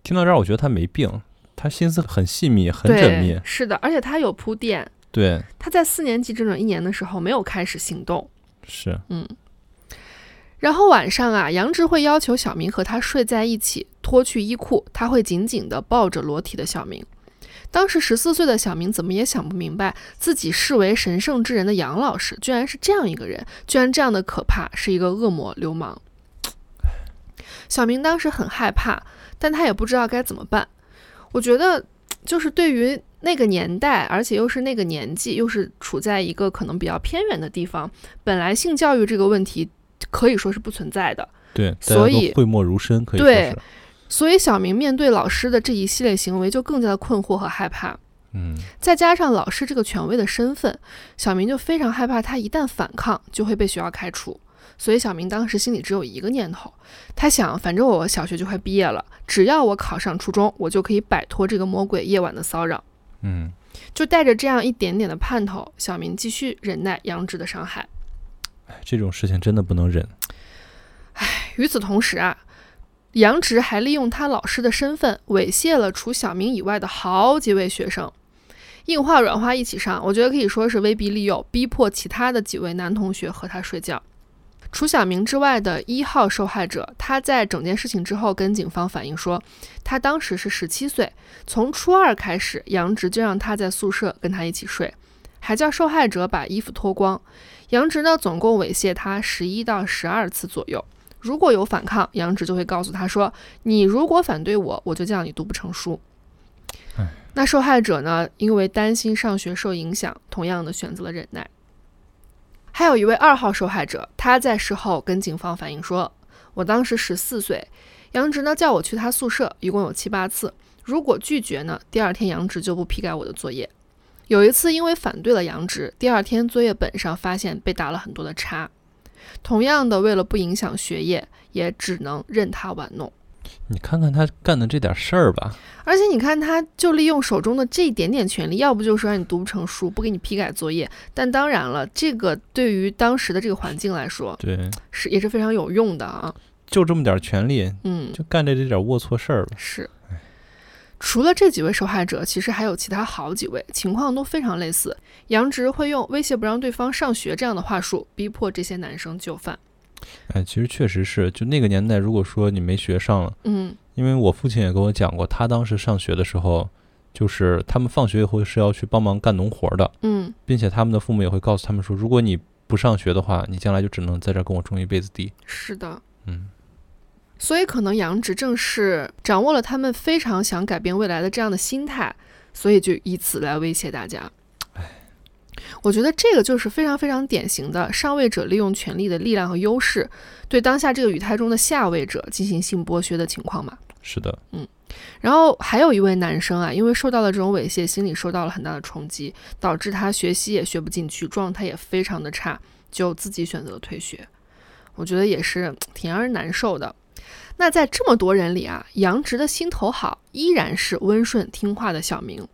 Speaker 2: 听到这儿，我觉得他没病，他心思很细密，很缜密
Speaker 1: 对，，是的，而且他有铺垫。
Speaker 2: 对，
Speaker 1: 他在四年级整整一年的时候没有开始行动。
Speaker 2: 是，
Speaker 1: 然后晚上啊，杨直会要求小明和他睡在一起，脱去衣裤，他会紧紧地抱着裸体的小明。当时十四岁的小明怎么也想不明白，自己视为神圣之人的杨老师，居然是这样一个人，居然这样的可怕，是一个恶魔流氓。小明当时很害怕，但他也不知道该怎么办。我觉得，就是对于那个年代，而且又是那个年纪，又是处在一个可能比较偏远的地方，本来性教育这个问题可以说是不存在的。
Speaker 2: 对，大家
Speaker 1: 所
Speaker 2: 都
Speaker 1: 以
Speaker 2: 讳莫如深，可以说
Speaker 1: 对
Speaker 2: 是，
Speaker 1: 所以小明面对老师的这一系列行为就更加的困惑和害怕，
Speaker 2: 嗯，
Speaker 1: 再加上老师这个权威的身份，小明就非常害怕，他一旦反抗就会被学校开除。所以小明当时心里只有一个念头，他想，反正我小学就快毕业了，只要我考上初中，我就可以摆脱这个魔鬼夜晚的骚扰。
Speaker 2: 嗯，
Speaker 1: 就带着这样一点点的盼头，小明继续忍耐杨直的伤害。
Speaker 2: 哎这种事情真的不能忍，
Speaker 1: 与此同时啊，杨直还利用他老师的身份猥亵了除小明以外的好几位学生，硬话软话一起上，我觉得可以说是威逼利诱，逼迫其他的几位男同学和他睡觉。除小明之外的一号受害者，他在整件事情之后跟警方反映说，他当时是十七岁，从初二开始，杨直就让他在宿舍跟他一起睡，还叫受害者把衣服脱光。杨直呢，总共猥亵他十一到十二次左右。如果有反抗，杨直就会告诉他说：“你如果反对我，我就叫你读不成书。”那受害者呢？因为担心上学受影响，同样的选择了忍耐。还有一位二号受害者，他在事后跟警方反映说：“我当时十四岁，杨直呢叫我去他宿舍，一共有七八次。如果拒绝呢，第二天杨直就不批改我的作业。有一次因为反对了杨直，第二天作业本上发现被打了很多的叉。同样的，为了不影响学业，也只能任他玩弄。
Speaker 2: 你看看他干的这点事儿吧，
Speaker 1: 而且你看，他就利用手中的这一点点权利，要不就是让你读不成书，不给你批改作业。但当然了，这个对于当时的这个环境来说，
Speaker 2: 对，
Speaker 1: 是也是非常有用的啊。
Speaker 2: 就这么点权利，
Speaker 1: 嗯，
Speaker 2: 就干这这点龌龊事儿吧。
Speaker 1: 是。除了这几位受害者，其实还有其他好几位，情况都非常类似。杨直会用威胁不让对方上学这样的话术，逼迫这些男生就范。
Speaker 2: 哎，其实确实是，就那个年代，如果说你没学上了，
Speaker 1: 嗯，
Speaker 2: 因为我父亲也跟我讲过，他当时上学的时候，就是他们放学以后是要去帮忙干农活的，
Speaker 1: 嗯，
Speaker 2: 并且他们的父母也会告诉他们说，如果你不上学的话，你将来就只能在这儿跟我种一辈子地。
Speaker 1: 是的。
Speaker 2: 嗯，
Speaker 1: 所以可能杨直正是掌握了他们非常想改变未来的这样的心态，所以就以此来威胁大家。我觉得这个就是非常非常典型的上位者利用权力的力量和优势，对当下这个语态中的下位者进行性剥削的情况嘛。
Speaker 2: 是的，
Speaker 1: 然后还有一位男生啊，因为受到了这种猥亵，心理受到了很大的冲击，导致他学习也学不进去，状态也非常的差，就自己选择了退学。我觉得也是挺让人难受的。那在这么多人里啊，杨直的心头好依然是温顺听话的小明。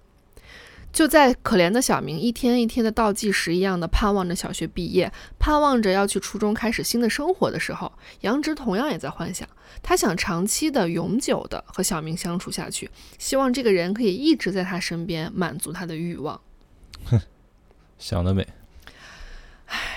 Speaker 1: 就在可怜的小明一天一天的倒计时一样的盼望着小学毕业，盼望着要去初中开始新的生活的时候，杨直同样也在幻想。他想长期的、永久的和小明相处下去，希望这个人可以一直在他身边，满足他的欲望。
Speaker 2: 想得美。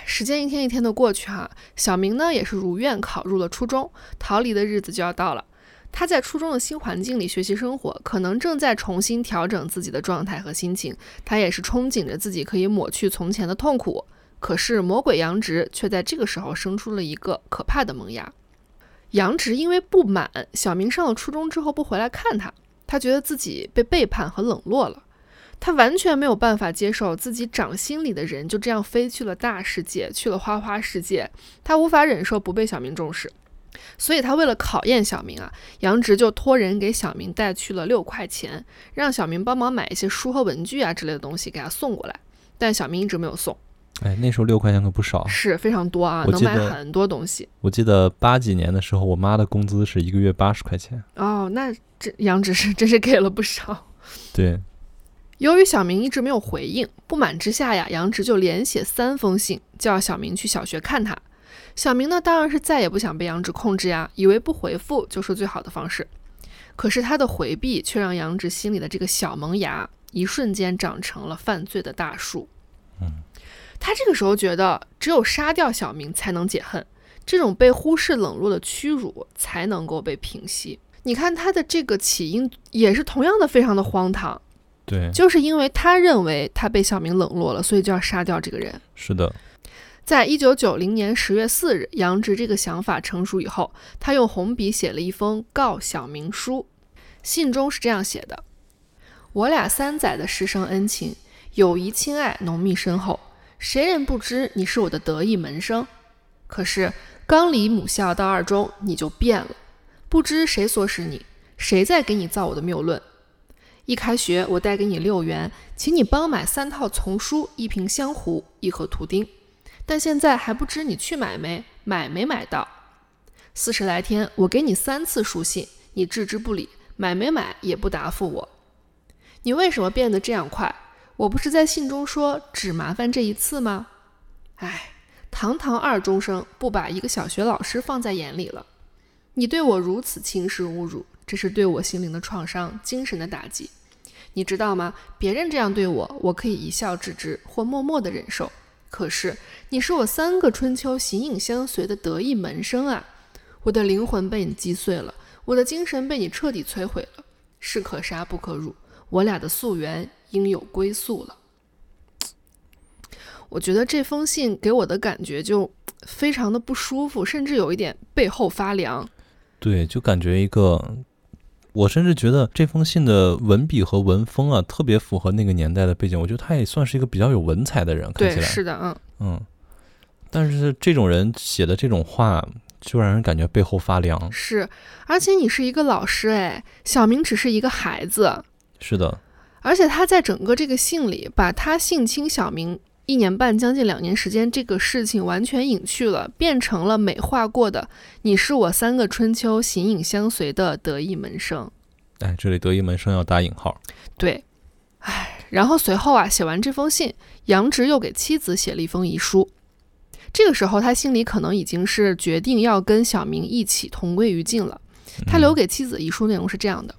Speaker 1: 时间一天一天的过去哈、小明呢也是如愿考入了初中，逃离的日子就要到了。他在初中的新环境里学习生活，可能正在重新调整自己的状态和心情。他也是憧憬着自己可以抹去从前的痛苦。可是魔鬼杨直却在这个时候生出了一个可怕的萌芽。杨直因为不满小明上了初中之后不回来看他，他觉得自己被背叛和冷落了。他完全没有办法接受自己掌心里的人就这样飞去了大世界，去了花花世界。他无法忍受不被小明重视，所以他为了考验小明啊，杨直就托人给小明带去了六块钱，让小明帮忙买一些书和文具啊之类的东西给他送过来。但小明一直没有送，
Speaker 2: 哎，那时候六块钱可不少。
Speaker 1: 是非常多啊，
Speaker 2: 哦我
Speaker 1: 能
Speaker 2: 记
Speaker 1: 买
Speaker 2: 得
Speaker 1: 很多东西
Speaker 2: 我记得八几年的时候，我妈的工资是一个月八十块钱。
Speaker 1: 哦。那这杨直是真是给了不少。
Speaker 2: 对，
Speaker 1: 由于小明一直没有回应，不满之下呀，杨直就连写三封信，叫小明去小学看他。小明呢，当然是再也不想被杨直控制呀，以为不回复就是最好的方式。可是他的回避却让杨直心里的这个小萌芽，一瞬间长成了犯罪的大树。
Speaker 2: 嗯，
Speaker 1: 他这个时候觉得，只有杀掉小明才能解恨，这种被忽视、冷落的屈辱才能够被平息。你看他的这个起因也是同样的非常的荒唐，
Speaker 2: 对，
Speaker 1: 就是因为他认为他被小明冷落了，所以就要杀掉这个人。
Speaker 2: 是的，
Speaker 1: 在一九九零年十月四日，杨直这个想法成熟以后，他用红笔写了一封告小明书，信中是这样写的：“我俩三载的师生恩情，友谊亲爱浓密深厚，谁人不知你是我的得意门生？可是刚离母校到二中，你就变了，不知谁唆使你，谁在给你造我的谬论？一开学，我带给你六元，请你帮买三套丛书、一瓶香糊、一盒图钉。”但现在还不知你去买没买没买到。四十来天，我给你三次书信，你置之不理，买没买也不答复我。你为什么变得这样快？我不是在信中说只麻烦这一次吗？唉，堂堂二中生不把一个小学老师放在眼里了。你对我如此轻视侮辱，这是对我心灵的创伤，精神的打击。你知道吗？别人这样对我，我可以一笑置之，或默默的忍受。可是你是我三个春秋形影相随的得意门生啊！我的灵魂被你击碎了，我的精神被你彻底摧毁了，是可杀不可辱，我俩的溯源应有归宿了。我觉得这封信给我的感觉就非常的不舒服，甚至有一点背后发凉。
Speaker 2: 对，就感觉一个，我甚至觉得这封信的文笔和文风啊，特别符合那个年代的背景。我觉得他也算是一个比较有文采的人，看起
Speaker 1: 对，
Speaker 2: 来，
Speaker 1: 是的，嗯，
Speaker 2: 嗯。但是这种人写的这种话，就让人感觉背后发凉。
Speaker 1: 是。而且你是一个老师，哎，小明只是一个孩子，
Speaker 2: 是的，
Speaker 1: 而且他在整个这个信里，把他性侵小明一年半将近两年时间，这个事情完全隐去了，变成了美化过的“你是我三个春秋，形影相随”的得意门生。
Speaker 2: 哎，这里得意门生要打引号。
Speaker 1: 对，唉，然后随后啊，写完这封信，杨直又给妻子写了一封遗书。这个时候，他心里可能已经是决定要跟小明一起同归于尽了。
Speaker 2: 嗯
Speaker 1: 他留给妻子遗书内容是这样的：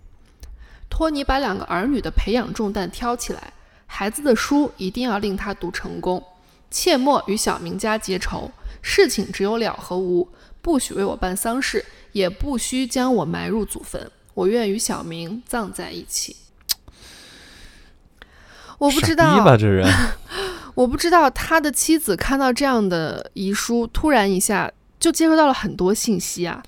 Speaker 1: 托尼把两个儿女的培养重担挑起来，孩子的书一定要令他读成功，切莫与小明家结仇。事情只有了和无，不许为我办丧事，也不需将我埋入祖坟。我愿与小明葬在一起。我不知
Speaker 2: 傻逼
Speaker 1: 道，
Speaker 2: 吧 这人，
Speaker 1: 我不知道他的妻子看到这样的遗书，突然一下就接收到了很多信息啊。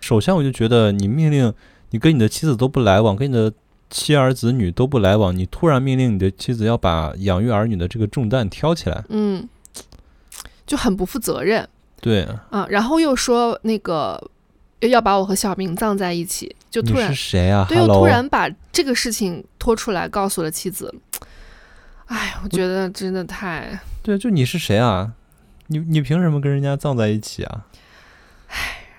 Speaker 2: 首先我就觉得你命令你跟你的妻子都不来往，跟你的妻儿子女都不来往，你突然命令你的妻子要把养育儿女的这个重担挑起来，
Speaker 1: 嗯，就很不负责任
Speaker 2: 对，
Speaker 1: 啊。然后又说那个要把我和小明葬在一起，就
Speaker 2: 你
Speaker 1: 突然
Speaker 2: 是谁啊
Speaker 1: 对，又突
Speaker 2: ？Hello，
Speaker 1: 然把这个事情拖出来，告诉了妻子。哎，我觉得真的太……
Speaker 2: 对，就你是谁啊？你你凭什么跟人家葬在一起啊？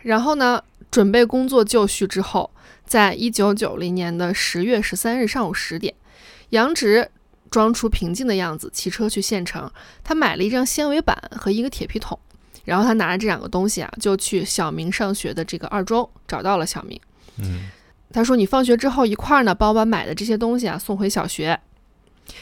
Speaker 1: 然后呢，准备工作就绪之后，在一九九零年的十月十三日上午十点，杨直装出平静的样子，骑车去县城。他买了一张纤维板和一个铁皮桶，然后他拿着这两个东西啊，就去小明上学的这个二中找到了小明。
Speaker 2: 嗯，
Speaker 1: 他说：“你放学之后一块儿呢，帮我把买的这些东西啊送回小学。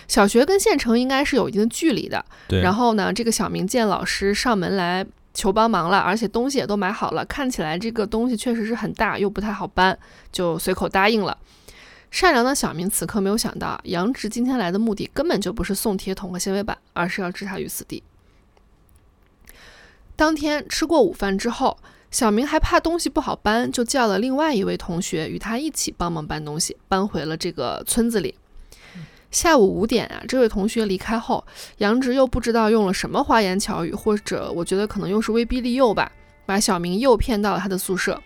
Speaker 1: 小学跟县城应该是有一定的距离的。
Speaker 2: 对，
Speaker 1: 然后呢，这个小明见老师上门来求帮忙了，而且东西也都买好了，看起来这个东西确实是很大，又不太好搬，就随口答应了。善良的小明此刻没有想到，杨直今天来的目的根本就不是送铁桶和纤维板，而是要置他于死地。当天吃过午饭之后，小明还怕东西不好搬，就叫了另外一位同学与他一起帮忙搬东西，搬回了这个村子里。下午五点啊，这位同学离开后，杨直又不知道用了什么花言巧语，或者我觉得可能又是威逼利诱吧，把小明诱骗到了他的宿舍。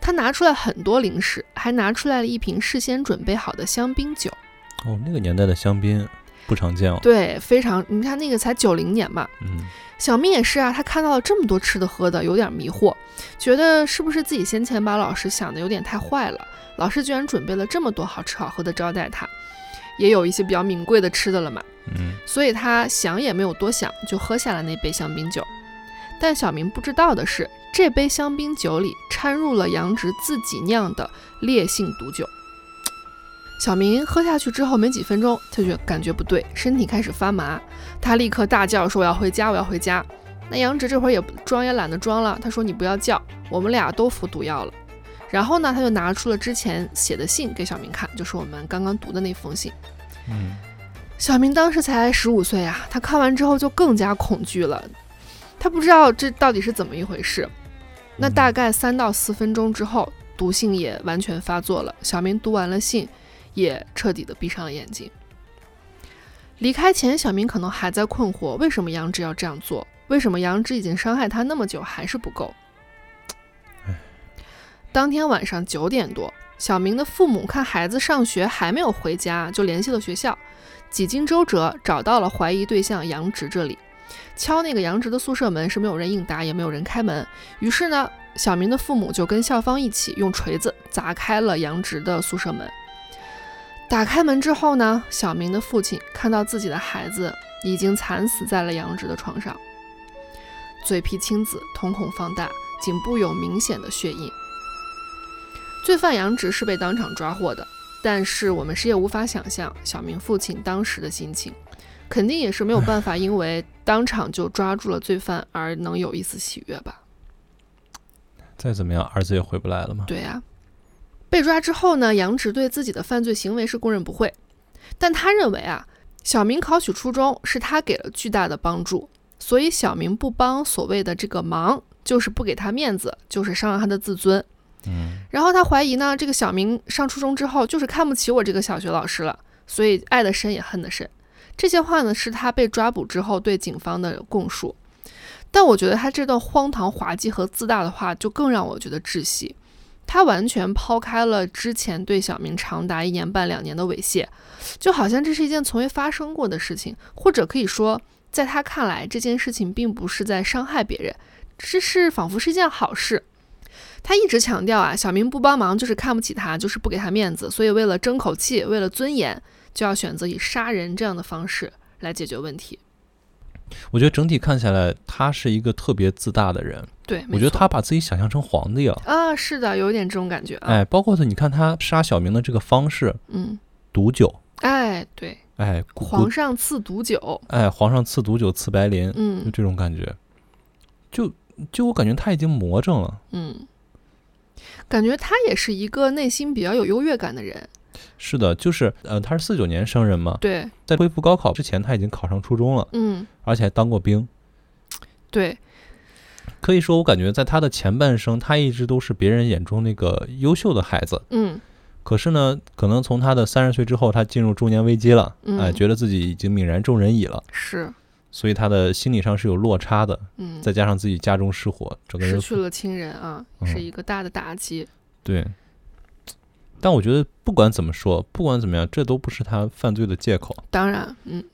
Speaker 1: 他拿出来很多零食，还拿出来了一瓶事先准备好的香槟酒。
Speaker 2: 哦，那个年代的香槟不常见哦。
Speaker 1: 对，非常，你看那个才九零年嘛，
Speaker 2: 嗯，
Speaker 1: 小明也是啊，他看到了这么多吃的喝的，有点迷惑，觉得是不是自己先前把老师想的有点太坏了？老师居然准备了这么多好吃好喝的招待他，也有一些比较名贵的吃的了嘛。
Speaker 2: 嗯，
Speaker 1: 所以他想也没有多想，就喝下了那杯香槟酒。但小明不知道的是，这杯香槟酒里掺入了杨直自己酿的烈性毒酒。小明喝下去之后没几分钟，他就感觉不对，身体开始发麻，他立刻大叫说：“我要回家，我要回家！”那杨直这会儿也不装也懒得装了，他说：“你不要叫，我们俩都服毒药了。”然后呢，他就拿出了之前写的信给小明看，就是我们刚刚读的那封信。
Speaker 2: 嗯，
Speaker 1: 小明当时才十五岁啊，他看完之后就更加恐惧了，他不知道这到底是怎么一回事。那大概三到四分钟之后，毒性也完全发作了。小明读完了信，也彻底的闭上了眼睛。离开前，小明可能还在困惑，为什么杨志要这样做？为什么杨志已经伤害他那么久还是不够？当天晚上九点多，小明的父母看孩子上学还没有回家，就联系了学校。几经周折，找到了怀疑对象杨直这里。敲那个杨直的宿舍门是没有人应答，也没有人开门。于是呢，小明的父母就跟校方一起用锤子砸开了杨直的宿舍门。打开门之后呢，小明的父亲看到自己的孩子已经惨死在了杨直的床上，嘴皮青紫，瞳孔放大，颈部有明显的血印。罪犯杨直是被当场抓获的，但是我们谁也无法想象小明父亲当时的心情，肯定也是没有办法，因为当场就抓住了罪犯而能有一丝喜悦吧？
Speaker 2: 再怎么样，儿子也回不来了嘛。
Speaker 1: 对呀、被抓之后呢，杨直对自己的犯罪行为是供认不讳，但他认为啊，小明考取初中是他给了巨大的帮助，所以小明不帮所谓的这个忙，就是不给他面子，就是伤害他的自尊。
Speaker 2: 嗯，
Speaker 1: 然后他怀疑呢，这个小明上初中之后就是看不起我这个小学老师了，所以爱得深也恨得深。这些话呢是他被抓捕之后对警方的供述，但我觉得他这段荒唐、滑稽和自大的话就更让我觉得窒息。他完全抛开了之前对小明长达一年半两年的猥亵，就好像这是一件从未发生过的事情，或者可以说在他看来，这件事情并不是在伤害别人，这是仿佛是一件好事。他一直强调啊，小明不帮忙就是看不起他，就是不给他面子，所以为了争口气，为了尊严，就要选择以杀人这样的方式来解决问题。
Speaker 2: 我觉得整体看下来，他是一个特别自大的人。
Speaker 1: 对，没
Speaker 2: 我觉得
Speaker 1: 错
Speaker 2: 他把自己想象成皇帝了。
Speaker 1: 啊，是的，有一点这种感觉啊。
Speaker 2: 哎，包括他，你看他杀小明的这个方式，
Speaker 1: 嗯，
Speaker 2: 毒酒，
Speaker 1: 哎，对，
Speaker 2: 哎，咕咕
Speaker 1: 皇上赐毒酒，
Speaker 2: 哎，皇上赐毒酒赐白绫，就
Speaker 1: 嗯
Speaker 2: 这种感觉。就就我感觉他已经魔怔了。
Speaker 1: 嗯，感觉他也是一个内心比较有优越感的人。
Speaker 2: 是的，就是呃，他是四九年生人嘛，
Speaker 1: 对，
Speaker 2: 在恢复高考之前，他已经考上初中了，
Speaker 1: 嗯，
Speaker 2: 而且还当过兵。
Speaker 1: 对，
Speaker 2: 可以说，我感觉在他的前半生，他一直都是别人眼中那个优秀的孩子。
Speaker 1: 嗯
Speaker 2: 可是呢，可能从他的三十岁之后，他进入中年危机了，
Speaker 1: 嗯
Speaker 2: 哎，觉得自己已经泯然众人矣了，
Speaker 1: 是，
Speaker 2: 所以他的心理上是有落差的。
Speaker 1: 嗯，
Speaker 2: 再加上自己家中失火，整个
Speaker 1: 失
Speaker 2: 人
Speaker 1: 去了亲人啊，是
Speaker 2: 嗯
Speaker 1: 一个大的打击。
Speaker 2: 对。但我觉得不管怎么说，不管怎么样，这都不是他犯罪的借口。
Speaker 1: 当然，嗯，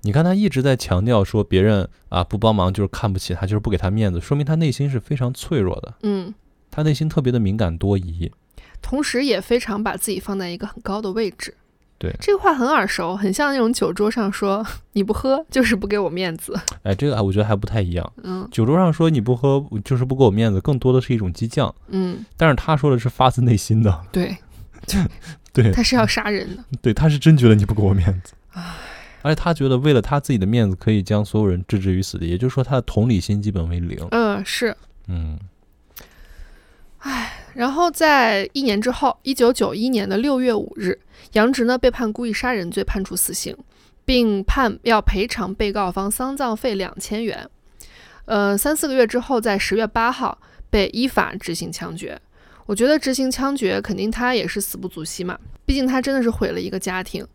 Speaker 2: 你看他一直在强调说别人啊不帮忙就是看不起他，就是不给他面子，说明他内心是非常脆弱的，
Speaker 1: 嗯，
Speaker 2: 他内心特别的敏感多疑。
Speaker 1: 同时也非常把自己放在一个很高的位置。
Speaker 2: 对
Speaker 1: 这个话很耳熟，很像那种酒桌上说你不喝就是不给我面子。
Speaker 2: 哎，这个啊我觉得还不太一样。
Speaker 1: 嗯
Speaker 2: 酒桌上说你不喝就是不给我面子，更多的是一种激将，
Speaker 1: 嗯，
Speaker 2: 但是他说的是发自内心的，
Speaker 1: 对，
Speaker 2: 对
Speaker 1: 他是要杀人的。
Speaker 2: 对，他是真觉得你不给我面子。而且他觉得为了他自己的面子，可以将所有人置之于死地，也就是说他的同理心基本为零。
Speaker 1: 嗯、是。
Speaker 2: 嗯，
Speaker 1: 然后在一年之后，一九九一年的六月五日，杨直呢被判故意杀人罪，判处死刑，并判要赔偿被告方丧葬费两千元。呃，三四个月之后，在十月八号被依法执行枪决。我觉得执行枪决肯定他也是死不足惜嘛，毕竟他真的是毁了一个家庭。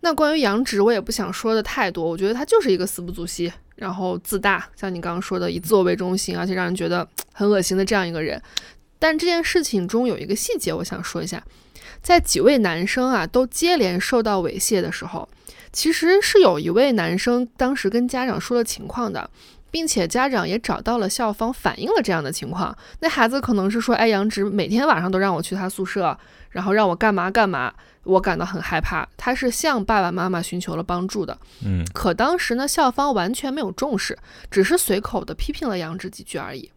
Speaker 1: 那关于杨直，我也不想说的太多，我觉得他就是一个死不足惜，然后自大，像你刚刚说的以自我为中心，而且让人觉得很恶心的这样一个人。但这件事情中有一个细节，我想说一下，在几位男生啊都接连受到猥亵的时候，其实是有一位男生当时跟家长说了情况的，并且家长也找到了校方反映了这样的情况。那孩子可能是说，哎，杨直每天晚上都让我去他宿舍，然后让我干嘛干嘛，我感到很害怕。他是向爸爸妈妈寻求了帮助的，
Speaker 2: 嗯，
Speaker 1: 可当时呢，校方完全没有重视，只是随口的批评了杨直几句而已。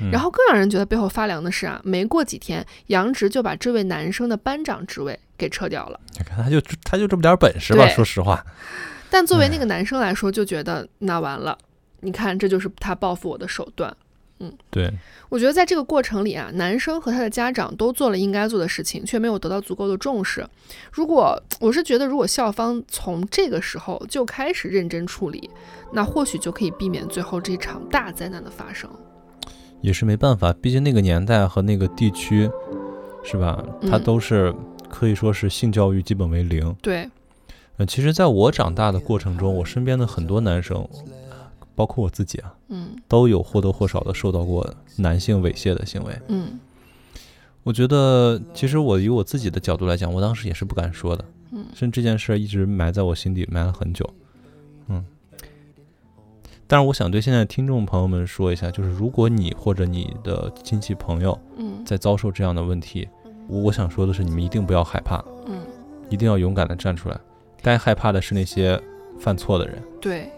Speaker 2: 嗯
Speaker 1: 然后更让人觉得背后发凉的是啊，没过几天，杨直就把这位男生的班长职位给撤掉了。
Speaker 2: 你看他就他就这么点本事吧，
Speaker 1: 对
Speaker 2: 说实话。
Speaker 1: 但作为那个男生来说，就觉得那完了，你看这就是他报复我的手段。
Speaker 2: 对，
Speaker 1: 我觉得在这个过程里啊，男生和他的家长都做了应该做的事情，却没有得到足够的重视。如果我是觉得，如果校方从这个时候就开始认真处理，那或许就可以避免最后这一场大灾难的发生。
Speaker 2: 也是没办法，毕竟那个年代和那个地区，是吧？它
Speaker 1: 嗯
Speaker 2: 都是、可以说是性教育基本为零。
Speaker 1: 对，
Speaker 2: 呃，其实在我长大的过程中，我身边的很多男生，呃包括我自己啊，
Speaker 1: 嗯
Speaker 2: 都有或多或少的受到过男性猥亵的行为。
Speaker 1: 嗯
Speaker 2: 我觉得，其实我以我自己的角度来讲，我当时也是不敢说的，
Speaker 1: 嗯
Speaker 2: 甚至这件事儿一直埋在我心底，埋了很久。嗯，但是我想对现在的听众朋友们说一下，就是如果你或者你的亲戚朋友
Speaker 1: 嗯
Speaker 2: 在遭受这样的问题，我我想说的是，你们一定不要害怕，
Speaker 1: 嗯，
Speaker 2: 一定要勇敢的站出来。该害怕的是那些犯错的人。
Speaker 1: 对，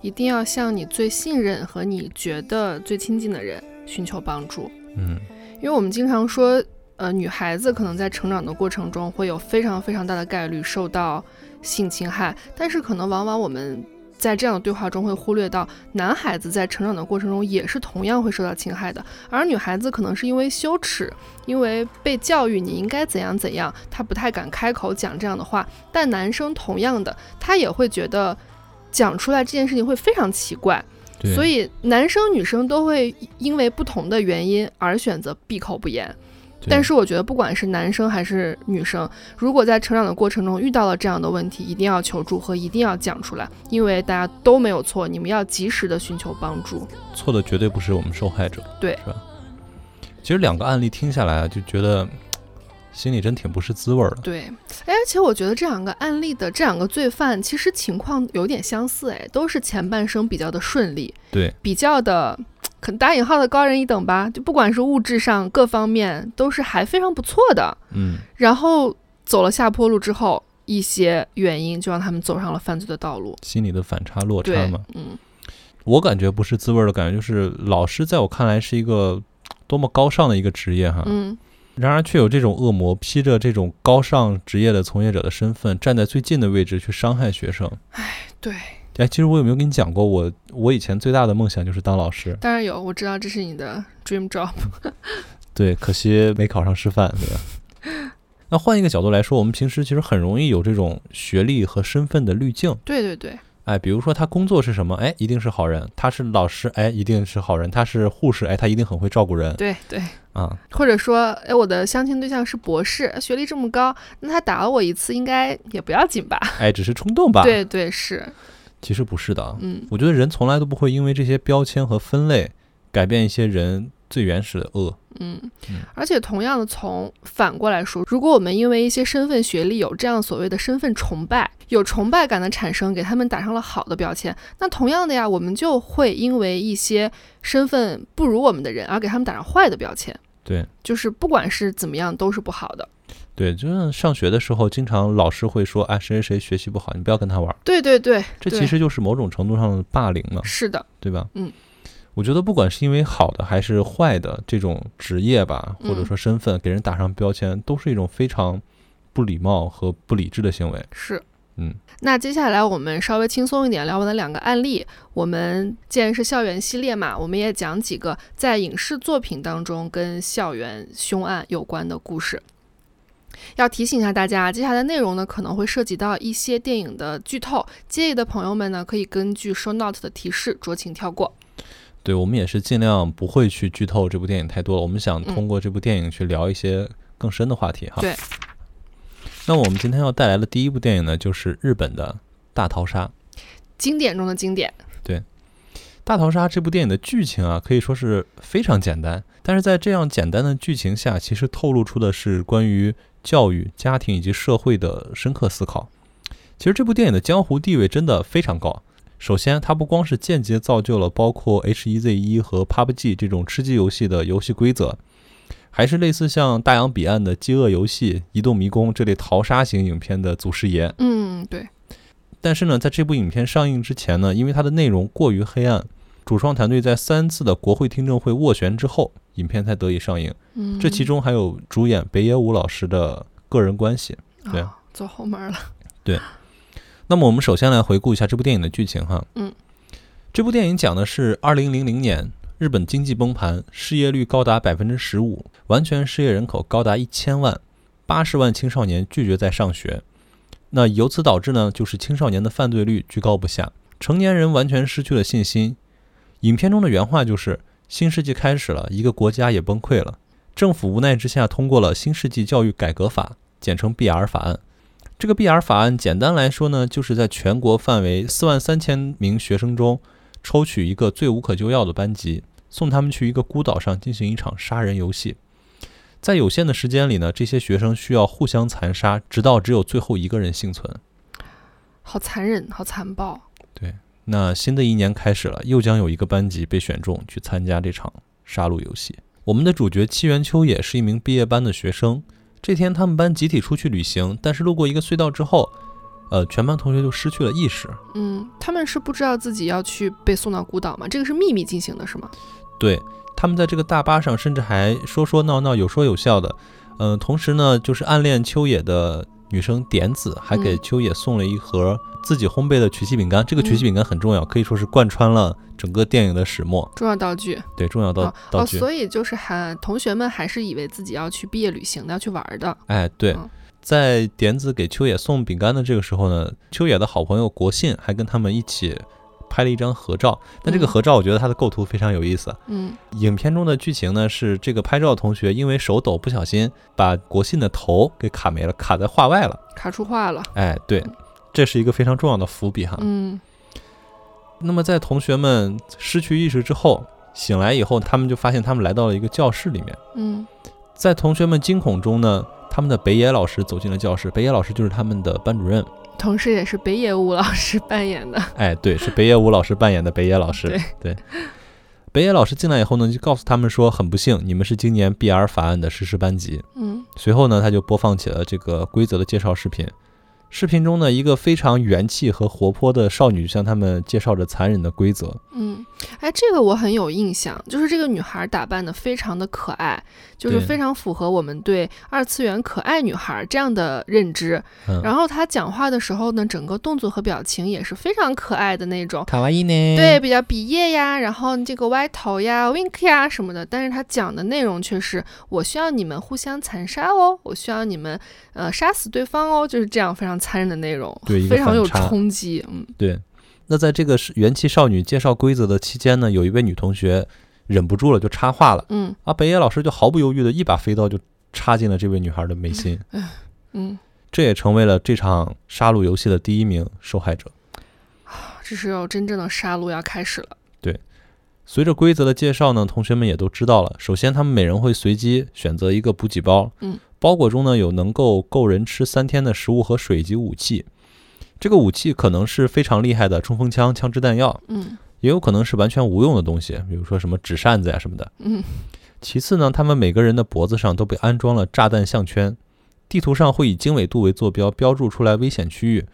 Speaker 1: 一定要向你最信任和你觉得最亲近的人寻求帮助。
Speaker 2: 嗯，
Speaker 1: 因为我们经常说，呃，女孩子可能在成长的过程中会有非常非常大的概率受到性侵害，但是可能往往我们在这样的对话中会忽略到，男孩子在成长的过程中也是同样会受到侵害的，而女孩子可能是因为羞耻，因为被教育你应该怎样怎样，她不太敢开口讲这样的话，但男生同样的，他也会觉得讲出来这件事情会非常奇怪。
Speaker 2: 对。
Speaker 1: 所以男生女生都会因为不同的原因而选择闭口不言。
Speaker 2: 对，
Speaker 1: 但是我觉得，不管是男生还是女生，如果在成长的过程中遇到了这样的问题，一定要求助和一定要讲出来，因为大家都没有错，你们要及时的寻求帮助。
Speaker 2: 错的绝对不是我们受害者，
Speaker 1: 对
Speaker 2: 是吧？其实两个案例听下来啊，就觉得心里真挺不是滋味儿的。
Speaker 1: 对，哎，而且我觉得这两个案例的这两个罪犯其实情况有点相似，哎，都是前半生比较的顺利，
Speaker 2: 对，
Speaker 1: 比较的，可能打引号的高人一等吧，就不管是物质上各方面都是还非常不错的。
Speaker 2: 嗯，
Speaker 1: 然后走了下坡路之后，一些原因就让他们走上了犯罪的道路。
Speaker 2: 心里的反差落差
Speaker 1: 对
Speaker 2: 嘛。，
Speaker 1: 嗯，
Speaker 2: 我感觉不是滋味儿的感觉，就是老师在我看来是一个多么高尚的一个职业哈。
Speaker 1: 嗯，
Speaker 2: 然而，却有这种恶魔披着这种高尚职业的从业者的身份，站在最近的位置去伤害学生。
Speaker 1: 对，
Speaker 2: 哎，其实我有没有跟你讲过，我我以前最大的梦想就是当老师，
Speaker 1: 当然有，我知道这是你的 dream job。
Speaker 2: 对，可惜没考上师 范，对吧？那换一个角度来说，我们平时其实很容易有这种学历和身份的滤镜。
Speaker 1: 对对对，
Speaker 2: 哎，比如说他工作是什么？哎，一定是好人；他是老师，哎，一定是好人；他是护士，哎，他一定很会照顾人
Speaker 1: 对对。
Speaker 2: 啊。
Speaker 1: 或者说，哎，我的相亲对象是博士，哎学历这么高，那他打了我一次，应该也不要紧吧？
Speaker 2: 哎，只是冲动吧？，
Speaker 1: 对对是，
Speaker 2: 其实不是的啊。
Speaker 1: 嗯，
Speaker 2: 我觉得人从来都不会因为这些标签和分类改变一些人最原始的恶。
Speaker 1: 嗯
Speaker 2: 嗯，
Speaker 1: 而且同样的，从反过来说，如果我们因为一些身份、学历有这样所谓的身份崇拜，有崇拜感的产生，给他们打上了好的标签，那同样的呀，我们就会因为一些身份不如我们的人啊而给他们打上坏的标签，
Speaker 2: 对
Speaker 1: 就是不管是怎么样都是不好的。
Speaker 2: 对，就像上学的时候，经常老师会说啊，谁谁谁学习不好，你不要跟他玩儿。
Speaker 1: 对对对，
Speaker 2: 这
Speaker 1: 对
Speaker 2: 其实就是某种程度上的霸凌了，
Speaker 1: 是的，
Speaker 2: 对吧？
Speaker 1: 嗯，
Speaker 2: 我觉得不管是因为好的还是坏的这种职业吧，或者
Speaker 1: 嗯
Speaker 2: 说身份，给人打上标签，都是一种非常不礼貌和不理智的行为。
Speaker 1: 是。
Speaker 2: 嗯，
Speaker 1: 那接下来我们稍微轻松一点，聊完了两个案例。我们既然是校园系列嘛，我们也讲几个在影视作品当中跟校园凶案有关的故事。要提醒一下大家，接下来的内容呢可能会涉及到一些电影的剧透，介意的朋友们呢可以根据 show note 的提示酌情跳过。
Speaker 2: 对我们也是尽量不会去剧透这部电影太多了，我们想通过这部电影去聊一些更深的话题哈。
Speaker 1: 对。
Speaker 2: 那我们今天要带来的第一部电影呢，就是日本的《大逃杀》。
Speaker 1: 经典中的经典，
Speaker 2: 《大逃杀》这部电影的剧情啊，可以说是非常简单，但是在这样简单的剧情下，其实透露出的是关于教育、家庭以及社会的深刻思考。其实这部电影的江湖地位真的非常高。首先，它不光是间接造就了包括 H1Z1 和 PUBG 这种吃鸡游戏的游戏规则，还是类似像《大洋彼岸的饥饿游戏》《移动迷宫》这类逃杀型影片的祖师爷。
Speaker 1: 嗯，对，
Speaker 2: 但是呢，在这部影片上映之前呢，因为它的内容过于黑暗，主创团队在三次的国会听证会斡旋之后，影片才得以上映。
Speaker 1: 嗯，
Speaker 2: 这其中还有主演北野武老师的个人关系。对
Speaker 1: 哦走后门了，
Speaker 2: 那么我们首先来回顾一下这部电影的剧情哈。
Speaker 1: 嗯，
Speaker 2: 这部电影讲的是二零零零年日本经济崩盘，失业率高达百分之十五，完全失业人口高达一千万，八十万青少年拒绝在上学。那由此导致呢，就是青少年的犯罪率居高不下，成年人完全失去了信心。影片中的原话就是：“新世纪开始了，一个国家也崩溃了。”政府无奈之下通过了《新世纪教育改革法》，简称 BR 法案。这个 BR 法案简单来说呢，就是在全国范围四万三千名学生中，抽取一个最无可救药的班级，送他们去一个孤岛上进行一场杀人游戏。在有限的时间里呢，这些学生需要互相残杀，直到只有最后一个人幸存。
Speaker 1: 好残忍，好残暴，
Speaker 2: 那新的一年开始了，又将有一个班级被选中去参加这场杀戮游戏。我们的主角七原秋也是一名毕业班的学生。这天，他们班集体出去旅行，但是路过一个隧道之后，呃，全班同学就失去了意识。
Speaker 1: 嗯，他们是不知道自己要去被送到孤岛吗？这个是秘密进行的，是吗？
Speaker 2: 对他们在这个大巴上，甚至还说说闹闹，有说有笑的。嗯、同时呢，就是暗恋秋野的女生点子还给
Speaker 1: 嗯
Speaker 2: 秋野送了一盒自己烘焙的曲奇饼干。这个曲
Speaker 1: 嗯
Speaker 2: 奇饼干很重要，可以说是贯穿了整个电影的始末。
Speaker 1: 重要道具
Speaker 2: 对，重要道
Speaker 1: 啊
Speaker 2: 道
Speaker 1: 哦，
Speaker 2: 具。
Speaker 1: 所以就是还同学们还是以为自己要去毕业旅行的，要去玩儿的。
Speaker 2: 哎，对
Speaker 1: 嗯，
Speaker 2: 在点子给秋野送饼干的这个时候呢，秋野的好朋友国信还跟他们一起拍了一张合照。但这个
Speaker 1: 嗯
Speaker 2: 合照，我觉得它的构图非常有意思。啊
Speaker 1: 嗯
Speaker 2: 影片中的剧情呢是这个拍照同学因为手抖不小心把国信的头给卡没了，卡在画外了。
Speaker 1: 卡出话了。
Speaker 2: 哎，对，这是一个非常重要的伏笔哈。
Speaker 1: 嗯
Speaker 2: 那么在同学们失去意识之后，醒来以后，他们就发现他们来到了一个教室里面。
Speaker 1: 嗯
Speaker 2: 在同学们惊恐中呢，他们的北野老师走进了教室，北野老师就是他们的班主任。
Speaker 1: 同时也是北野武老师扮演的。
Speaker 2: 哎，对，是北野武老师扮演的北野老师。对 北野老师进来以后呢，就告诉他们说，很不幸，你们是今年 BR 法案的实施班级。
Speaker 1: 嗯
Speaker 2: 随后呢，他就播放起了这个规则的介绍视频。视频中呢，一个非常元气和活泼的少女向他们介绍着残忍的规则。
Speaker 1: 嗯，哎，这个我很有印象，就是这个女孩打扮的非常的可爱，就是
Speaker 2: 对
Speaker 1: 非常符合我们对二次元可爱女孩这样的认知。
Speaker 2: 嗯
Speaker 1: 然后她讲话的时候呢，整个动作和表情也是非常可爱的那种。
Speaker 2: 卡哇伊呢
Speaker 1: 对，，比较比耶呀，然后这个歪头呀、wink 呀什么的，但是他讲的内容却是我需要你们互相残杀哦，我需要你们呃杀死对方哦，就是这样非常残忍的内容，
Speaker 2: 对一个
Speaker 1: 非常有
Speaker 2: 反差
Speaker 1: 冲击，嗯
Speaker 2: 对。那在这个是元气少女介绍规则的期间呢，有一位女同学忍不住了，就插话了。
Speaker 1: 嗯
Speaker 2: 啊，北野老师就毫不犹豫的一把飞刀就插进了这位女孩的眉 心，
Speaker 1: 嗯，
Speaker 2: 这也成为了这场杀戮游戏的第一名受害者。
Speaker 1: 这时候真正的杀戮要开始了，
Speaker 2: 随着规则的介绍呢，同学们也都知道了。首先，他们每人会随机选择一个补给包，
Speaker 1: 嗯，
Speaker 2: 包裹中呢有能够够人吃三天的食物和水以及武器。这个武器可能是非常厉害的冲锋枪、枪支弹药，
Speaker 1: 嗯
Speaker 2: 也有可能是完全无用的东西，比如说什么纸扇子呀、什么的。
Speaker 1: 嗯
Speaker 2: 其次呢，他们每个人的脖子上都被安装了炸弹项圈，地图上会以经纬度为坐标标注出来危险区域。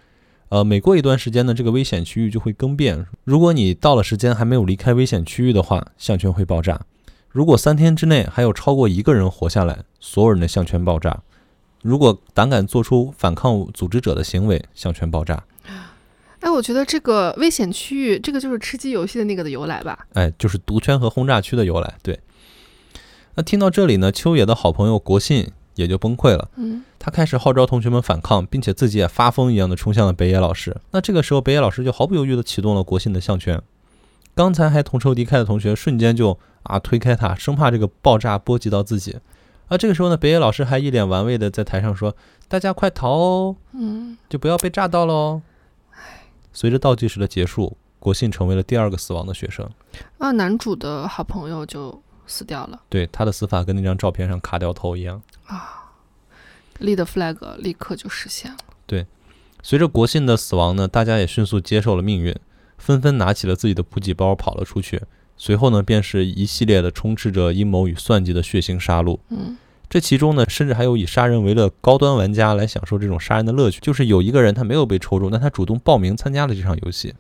Speaker 2: 呃，每过一段时间呢，这个危险区域就会更变。如果你到了时间还没有离开危险区域的话，项圈会爆炸。如果三天之内还有超过一个人活下来，所有人的项圈爆炸。如果胆敢做出反抗组织者的行为，项圈爆炸。
Speaker 1: 哎，我觉得这个危险区域，这个就是吃鸡游戏的那个的由来吧，
Speaker 2: 哎，就是毒圈和轰炸区的由来。对。那听到这里呢，秋野的好朋友国信也就崩溃了。
Speaker 1: 嗯
Speaker 2: 他开始号召同学们反抗，并且自己也发疯一样的冲向了北野老师。那这个时候，北野老师就毫不犹豫地启动了国信的项圈。刚才还同仇敌忾的同学，瞬间就啊推开他，生怕这个爆炸波及到自己。啊，这个时候呢，北野老师还一脸玩味的在台上说：“大家快逃哦，
Speaker 1: 嗯，
Speaker 2: 就不要被炸到喽。”随着倒计时的结束，国信成为了第二个死亡的学生。
Speaker 1: 啊，男主的好朋友就死掉了
Speaker 2: 对他的死法跟那张照片上卡掉头一样。
Speaker 1: 啊，立的 flag 立刻就实现了，
Speaker 2: 随着国信的死亡呢，大家也迅速接受了命运，纷纷拿起了自己的补给包跑了出去。随后呢，便是一系列的充斥着阴谋与算计的血腥杀戮。
Speaker 1: 嗯
Speaker 2: 这其中呢，甚至还有以杀人为乐高端玩家来享受这种杀人的乐趣。就是有一个人他没有被抽中，但他主动报名参加了这场游戏。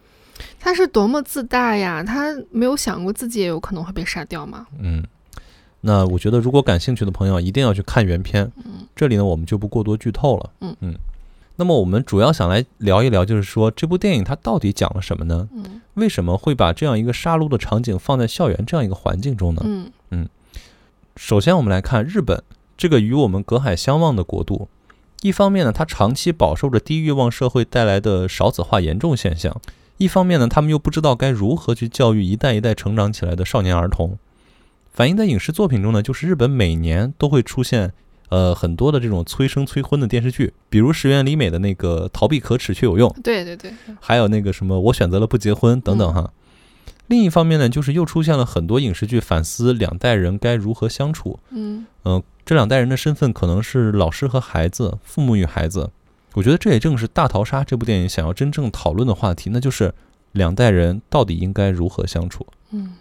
Speaker 1: 他是多么自大呀！他没有想过自己也有可能会被杀掉吗？
Speaker 2: 嗯，那我觉得如果感兴趣的朋友一定要去看原片。这里呢我们就不过多剧透了。
Speaker 1: 嗯
Speaker 2: 那么我们主要想来聊一聊，就是说这部电影它到底讲了什么呢？
Speaker 1: 嗯
Speaker 2: 为什么会把这样一个杀戮的场景放在校园这样一个环境中呢？
Speaker 1: 嗯
Speaker 2: 首先，我们来看日本这个与我们隔海相望的国度。一方面呢，它长期饱受着低欲望社会带来的少子化严重现象；一方面呢，他们又不知道该如何去教育一代一代成长起来的少年儿童。反映在影视作品中呢，就是日本每年都会出现呃很多的这种催生催婚的电视剧，比如石原里美的那个《逃避可耻却有用》，
Speaker 1: 嗯对对对，
Speaker 2: 还有那个什么，我选择了不结婚等等哈。另一方面呢，就是又出现了很多影视剧反思两代人该如何相处。
Speaker 1: 嗯
Speaker 2: 嗯、这两代人的身份可能是老师和孩子，父母与孩子。我觉得这也正是《大逃杀》这部电影想要真正讨论的话题，那就是两代人到底应该如何相处。
Speaker 1: 嗯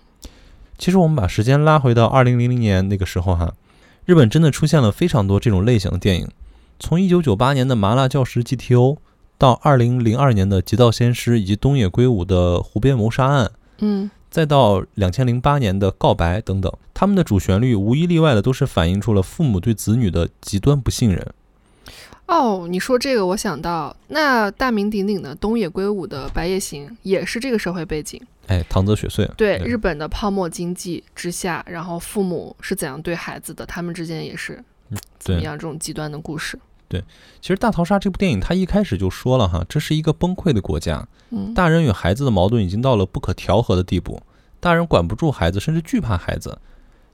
Speaker 2: 其实我们把时间拉回到二零零零年那个时候哈，日本真的出现了非常多这种类型的电影，从一九九八年的《麻辣教师 GTO》到二零零二年的《极道先师》以及东野圭吾的《湖边谋杀案》，
Speaker 1: 嗯
Speaker 2: 再到两千零八年的《告白》等等，他们的主旋律无一例外的都是反映出了父母对子女的极端不信任。
Speaker 1: 哦，你说这个，我想到那大名鼎鼎的东野圭吾的《白夜行》也是这个社会背景，
Speaker 2: 哎，唐泽雪穗，
Speaker 1: 对
Speaker 2: 对
Speaker 1: 日本的泡沫经济之下，然后父母是怎样对孩子的，他们之间也是怎么
Speaker 2: 对，
Speaker 1: 样这种极端的故事。
Speaker 2: 其实《大逃杀》这部电影，它一开始就说了哈，这是一个崩溃的国家，
Speaker 1: 嗯
Speaker 2: 大人与孩子的矛盾已经到了不可调和的地步，大人管不住孩子，甚至惧怕孩子。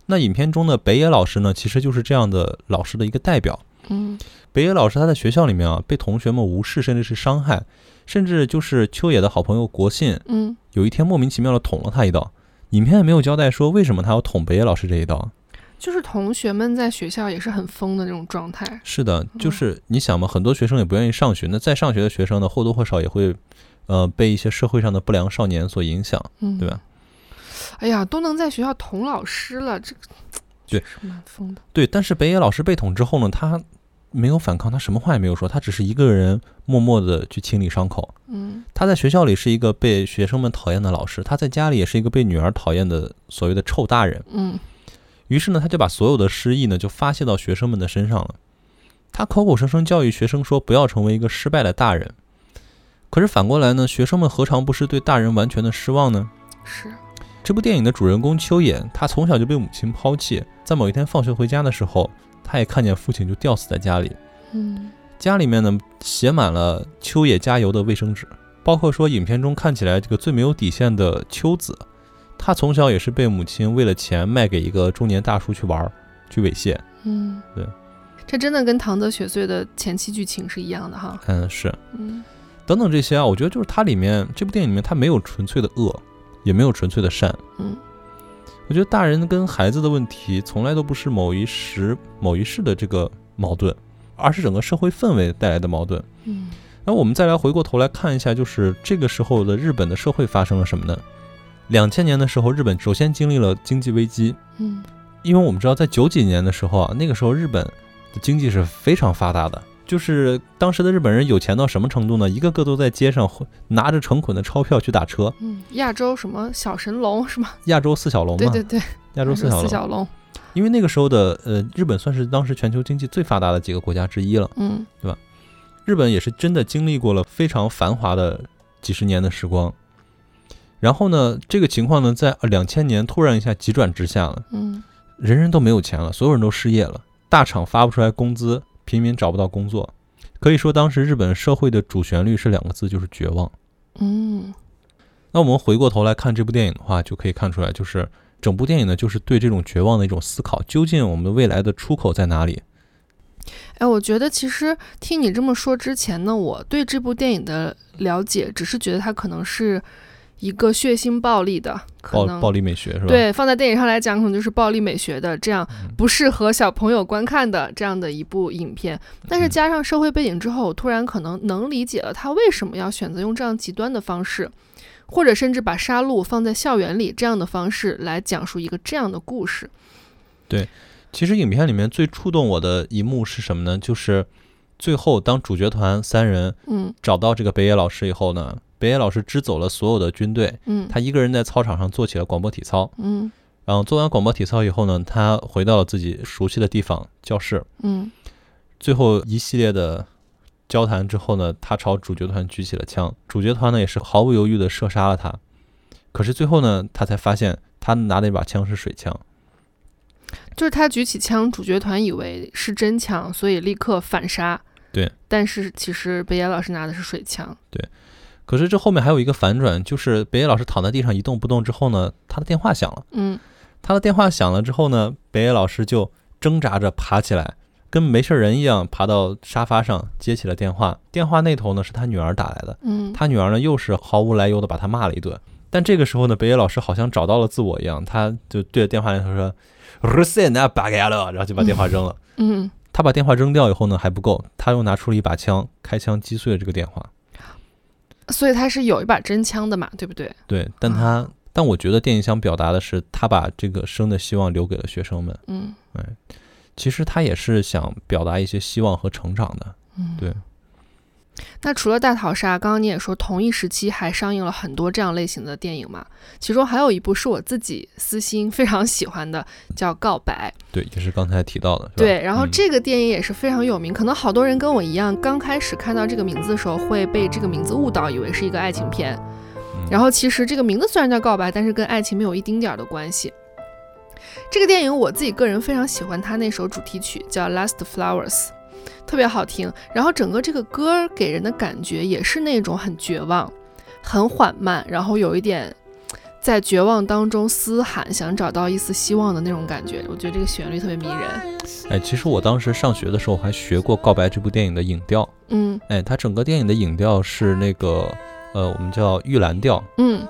Speaker 2: 那影片中的北野老师呢，其实就是这样的老师的一个代表。
Speaker 1: 嗯
Speaker 2: 北野老师他在学校里面啊，被同学们无视，甚至是伤害，甚至就是秋野的好朋友国信，
Speaker 1: 嗯，
Speaker 2: 有一天莫名其妙的捅了他一刀。影片也没有交代说为什么他要捅北野老师这一刀。
Speaker 1: 就是同学们在学校也是很疯的那种状态。
Speaker 2: 是的，就
Speaker 1: 嗯
Speaker 2: 是你想嘛，很多学生也不愿意上学，那在上学的学生呢，或多或少也会，呃，被一些社会上的不良少年所影响，
Speaker 1: 嗯，
Speaker 2: 对吧？
Speaker 1: 哎呀，都能在学校捅老师了，这个
Speaker 2: 对
Speaker 1: 确实蛮疯的。
Speaker 2: 对，但是北野老师被捅之后呢，他没有反抗，他什么话也没有说，他只是一个人默默的去清理伤口。
Speaker 1: 嗯
Speaker 2: 他在学校里是一个被学生们讨厌的老师，他在家里也是一个被女儿讨厌的所谓的臭大人。
Speaker 1: 嗯
Speaker 2: 于是呢，他就把所有的失意呢就发泄到学生们的身上了。他口口声声教育学生说不要成为一个失败的大人，可是反过来呢，学生们何尝不是对大人完全的失望呢？
Speaker 1: 是，
Speaker 2: 这部电影的主人公秋野，他从小就被母亲抛弃，在某一天放学回家的时候，他也看见父亲就吊死在家里。
Speaker 1: 嗯
Speaker 2: 家里面呢写满了秋野加油的卫生纸，包括说影片中看起来这个最没有底线的秋子，她从小也是被母亲为了钱卖给一个中年大叔去玩儿，去猥亵。
Speaker 1: 嗯，
Speaker 2: 对，
Speaker 1: 这真的跟唐泽雪穗的前期剧情是一样的哈。
Speaker 2: 嗯，是
Speaker 1: 嗯
Speaker 2: 等等这些啊，我觉得就是它里面这部电影里面它没有纯粹的恶，也没有纯粹的善。
Speaker 1: 嗯，
Speaker 2: 我觉得大人跟孩子的问题从来都不是某一时某一世的这个矛盾，而是整个社会氛围带来的矛盾。
Speaker 1: 嗯
Speaker 2: 那我们再来回过头来看一下，就是这个时候的日本的社会发生了什么呢？两千年的时候，日本首先经历了经济危机，
Speaker 1: 嗯
Speaker 2: 因为我们知道在九几年的时候啊，那个时候日本的经济是非常发达的，就是当时的日本人有钱到什么程度呢？一个个都在街上拿着成捆的钞票去打车，
Speaker 1: 嗯，亚洲什么小神龙是吗？
Speaker 2: 亚洲四小龙
Speaker 1: 对
Speaker 2: 嘛，
Speaker 1: 对对，
Speaker 2: 亚洲四小
Speaker 1: 四
Speaker 2: 龙，
Speaker 1: 小龙。
Speaker 2: 因为那个时候的呃，日本算是当时全球经济最发达的几个国家之一了。
Speaker 1: 嗯
Speaker 2: 日本也是真的经历过了非常繁华的几十年的时光。然后呢，这个情况呢，在两千年突然一下急转直下了，
Speaker 1: 嗯
Speaker 2: 人人都没有钱了，所有人都失业了，大厂发不出来工资，平民找不到工作。可以说，当时日本社会的主旋律是两个字，就是绝望。
Speaker 1: 嗯
Speaker 2: 那我们回过头来看这部电影的话，就可以看出来，就是整部电影呢，就是对这种绝望的一种思考，究竟我们未来的出口在哪里？
Speaker 1: 哎，我觉得其实听你这么说之前呢，我对这部电影的了解只是觉得它可能是一个血腥暴力的，可
Speaker 2: 暴
Speaker 1: 能
Speaker 2: 暴力美学是吧？，嗯
Speaker 1: 对放在电影上来讲，可能就是暴力美学的这样不适合小朋友观看的这样的一部影片。但是
Speaker 2: 嗯
Speaker 1: 加上社会背景之后，我突然可能能理解了他为什么要选择用这样极端的方式，或者甚至把杀戮放在校园里这样的方式来讲述一个这样的故事。
Speaker 2: 其实影片里面最触动我的一幕是什么呢？就是最后当主角团三人
Speaker 1: 嗯
Speaker 2: 找到这个北野老师以后呢，北野老师支走了所有的军队，
Speaker 1: 嗯
Speaker 2: 他一个人在操场上做起了广播体操。
Speaker 1: 嗯
Speaker 2: 然后做完广播体操以后呢，他回到了自己熟悉的地方教室。
Speaker 1: 嗯
Speaker 2: 最后一系列的交谈之后呢，他朝主角团举起了枪，主角团呢也是毫不犹豫地射杀了他。可是最后呢，他才发现他拿的一把枪是水枪。
Speaker 1: 就是他举起枪，主角团以为是真枪，所以立刻反杀。
Speaker 2: 对，
Speaker 1: 但是其实北野老师拿的是水枪。
Speaker 2: 可是这后面还有一个反转，就是北野老师躺在地上一动不动之后呢，他的电话响了。
Speaker 1: 嗯
Speaker 2: 他的电话响了之后呢，北野老师就挣扎着爬起来，跟没事人一样爬到沙发上接起了电话。电话那头呢是他女儿打来的，
Speaker 1: 嗯
Speaker 2: 他女儿呢又是毫无来由的把他骂了一顿。但这个时候呢，北野老师好像找到了自我一样，他就对着电话那头说 r s e n a b a g a l 然后就把电话扔了。
Speaker 1: 嗯，
Speaker 2: 他把电话扔掉以后呢还不够，他又拿出了一把枪，开枪击碎了这个电话。
Speaker 1: 所以他是有一把真枪的嘛，对不对？
Speaker 2: 对，但
Speaker 1: 啊
Speaker 2: 他、但我觉得电影想表达的是，他把这个生的希望留给了学生们。
Speaker 1: 嗯
Speaker 2: 其实他也是想表达一些希望和成长的。
Speaker 1: 嗯，
Speaker 2: 对。
Speaker 1: 那除了大逃杀，刚刚你也说同一时期还上映了很多这样类型的电影嘛，其中还有一部是我自己私心非常喜欢的，叫《告白》。
Speaker 2: 对，也是刚才提到的。是吧，
Speaker 1: 对，然后
Speaker 2: 嗯
Speaker 1: 这个电影也是非常有名，可能好多人跟我一样，刚开始看到这个名字的时候会被这个名字误导，以为是一个爱情片。
Speaker 2: 嗯
Speaker 1: 然后其实这个名字虽然叫告白，但是跟爱情没有一丁点儿的关系。这个电影我自己个人非常喜欢它那首主题曲，叫《Last Flowers》，特别好听。然后整个这个歌儿给人的感觉也是那种很绝望、很缓慢，然后有一点在绝望当中嘶喊，想找到一丝希望的那种感觉。我觉得这个旋律特别迷人。
Speaker 2: 哎，其实我当时上学的时候还学过《告白》这部电影的影调。
Speaker 1: 嗯
Speaker 2: 哎，它整个电影的影调是那个呃，我们叫玉兰调。
Speaker 1: 嗯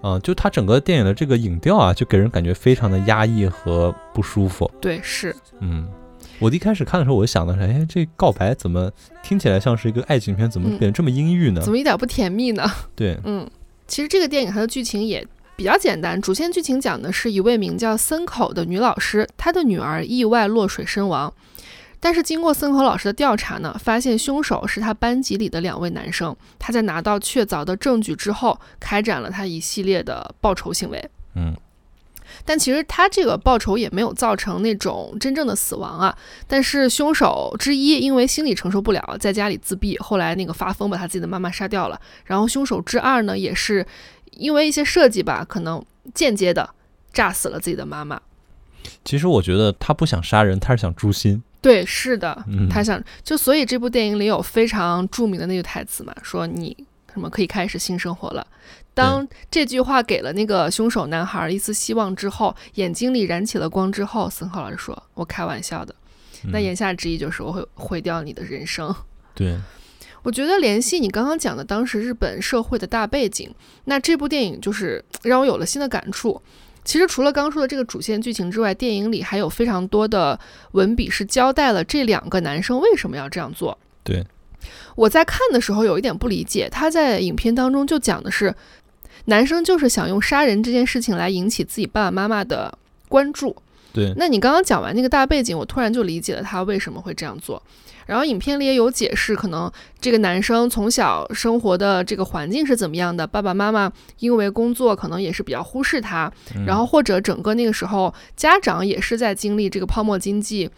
Speaker 2: 啊、就他整个电影的这个影调啊，就给人感觉非常的压抑和不舒服。
Speaker 1: 对，是
Speaker 2: 嗯，我一开始看的时候，我想的是，哎，这告白怎么听起来像是一个爱情片，怎么
Speaker 1: 嗯
Speaker 2: 变得这么阴郁呢？
Speaker 1: 怎么一点不甜蜜呢？
Speaker 2: 对，
Speaker 1: 嗯，其实这个电影它的剧情也比较简单，主线剧情讲的是一位名叫森口的女老师，她的女儿意外落水身亡。但是经过森口老师的调查呢，发现凶手是他班级里的两位男生。他在拿到确凿的证据之后，开展了他一系列的报仇行为。
Speaker 2: 嗯
Speaker 1: 但其实他这个报仇也没有造成那种真正的死亡啊。但是凶手之一因为心理承受不了，在家里自闭，后来那个发疯把他自己的妈妈杀掉了。然后凶手之二呢，也是因为一些设计吧，可能间接的炸死了自己的妈妈。
Speaker 2: 其实我觉得他不想杀人，他是想诛心。
Speaker 1: 对，是的，
Speaker 2: 嗯，
Speaker 1: 他想就所以这部电影里有非常著名的那句台词嘛，说你什么可以开始新生活了。当这句话给了那个凶手男孩一丝希望之后，眼睛里燃起了光之后，森浩老师说：“我开玩笑的。”那
Speaker 2: 嗯
Speaker 1: 言下之意就是我会毁掉你的人生。
Speaker 2: 对，
Speaker 1: 我觉得联系你刚刚讲的当时日本社会的大背景，那这部电影就是让我有了新的感触。其实除了刚刚说的这个主线剧情之外，电影里还有非常多的文笔是交代了这两个男生为什么要这样做。
Speaker 2: 对，
Speaker 1: 我在看的时候有一点不理解，他在影片当中就讲的是，男生就是想用杀人这件事情来引起自己爸爸妈妈的关注，
Speaker 2: 对，
Speaker 1: 那你刚刚讲完那个大背景，我突然就理解了他为什么会这样做。然后影片里也有解释，可能这个男生从小生活的这个环境是怎么样的，爸爸妈妈因为工作可能也是比较忽视他，
Speaker 2: 嗯
Speaker 1: 然后或者整个那个时候家长也是在经历这个泡沫经济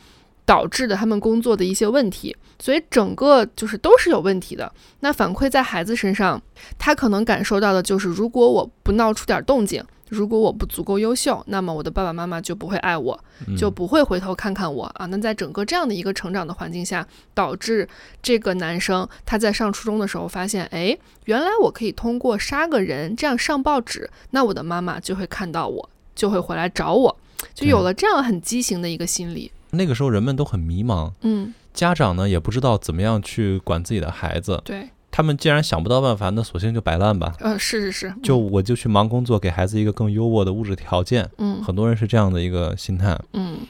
Speaker 1: 导致的他们工作的一些问题，所以整个就是都是有问题的。那反馈在孩子身上，他可能感受到的就是，如果我不闹出点动静，如果我不足够优秀，那么我的爸爸妈妈就不会爱我，
Speaker 2: 嗯
Speaker 1: 就不会回头看看我啊。那在整个这样的一个成长的环境下，导致这个男生他在上初中的时候发现，哎，原来我可以通过杀个人这样上报纸，那我的妈妈就会看到我，就会回来找我，就有
Speaker 2: 对啊
Speaker 1: 了这样很畸形的一个心理。
Speaker 2: 那个时候人们都很迷茫，
Speaker 1: 嗯，
Speaker 2: 家长呢也不知道怎么样去管自己的孩子，
Speaker 1: 对，
Speaker 2: 他们既然想不到办法，那索性就摆烂吧。
Speaker 1: 呃，是是是，
Speaker 2: 就我就去忙工作，给孩子一个更优渥的物质条件。
Speaker 1: 嗯
Speaker 2: 很多人是这样的一个心态，
Speaker 1: 嗯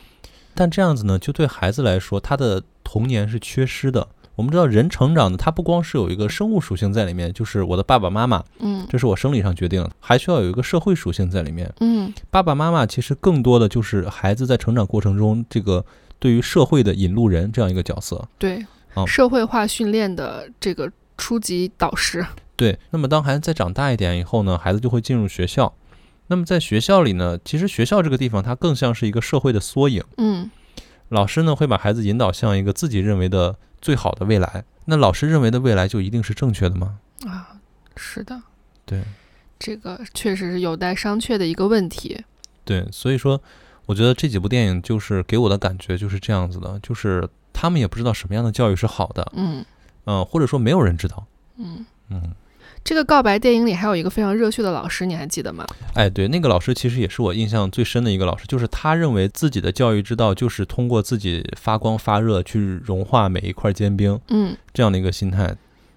Speaker 2: 但这样子呢，就对孩子来说，他的童年是缺失的。我们知道，人成长的，他不光是有一个生物属性在里面，就是我的爸爸妈妈，
Speaker 1: 嗯
Speaker 2: 这是我生理上决定的，还需要有一个社会属性在里面。
Speaker 1: 嗯
Speaker 2: 爸爸妈妈其实更多的就是孩子在成长过程中这个对于社会的引路人这样一个角色。
Speaker 1: 对
Speaker 2: 啊，
Speaker 1: 社会化训练的这个初级导师，
Speaker 2: 对，那么当孩子再长大一点以后呢，孩子就会进入学校。那么在学校里呢，其实学校这个地方它更像是一个社会的缩影。
Speaker 1: 嗯
Speaker 2: 老师呢会把孩子引导向一个自己认为的最好的未来。那老师认为的未来就一定是正确的吗？
Speaker 1: 啊，是的，
Speaker 2: 对
Speaker 1: 这个确实是有待商榷的一个问题。
Speaker 2: 对，所以说，我觉得这几部电影就是给我的感觉就是这样子的，就是他们也不知道什么样的教育是好的，
Speaker 1: 嗯
Speaker 2: 嗯、或者说没有人知道。
Speaker 1: 嗯，
Speaker 2: 嗯，
Speaker 1: 这个告白电影里还有一个非常热血的老师，你还记得吗？
Speaker 2: 哎，对，那个老师其实也是我印象最深的一个老师，就是他认为自己的教育之道就是通过自己发光发热去融化每一块坚冰
Speaker 1: 嗯，
Speaker 2: 这样的一个心态。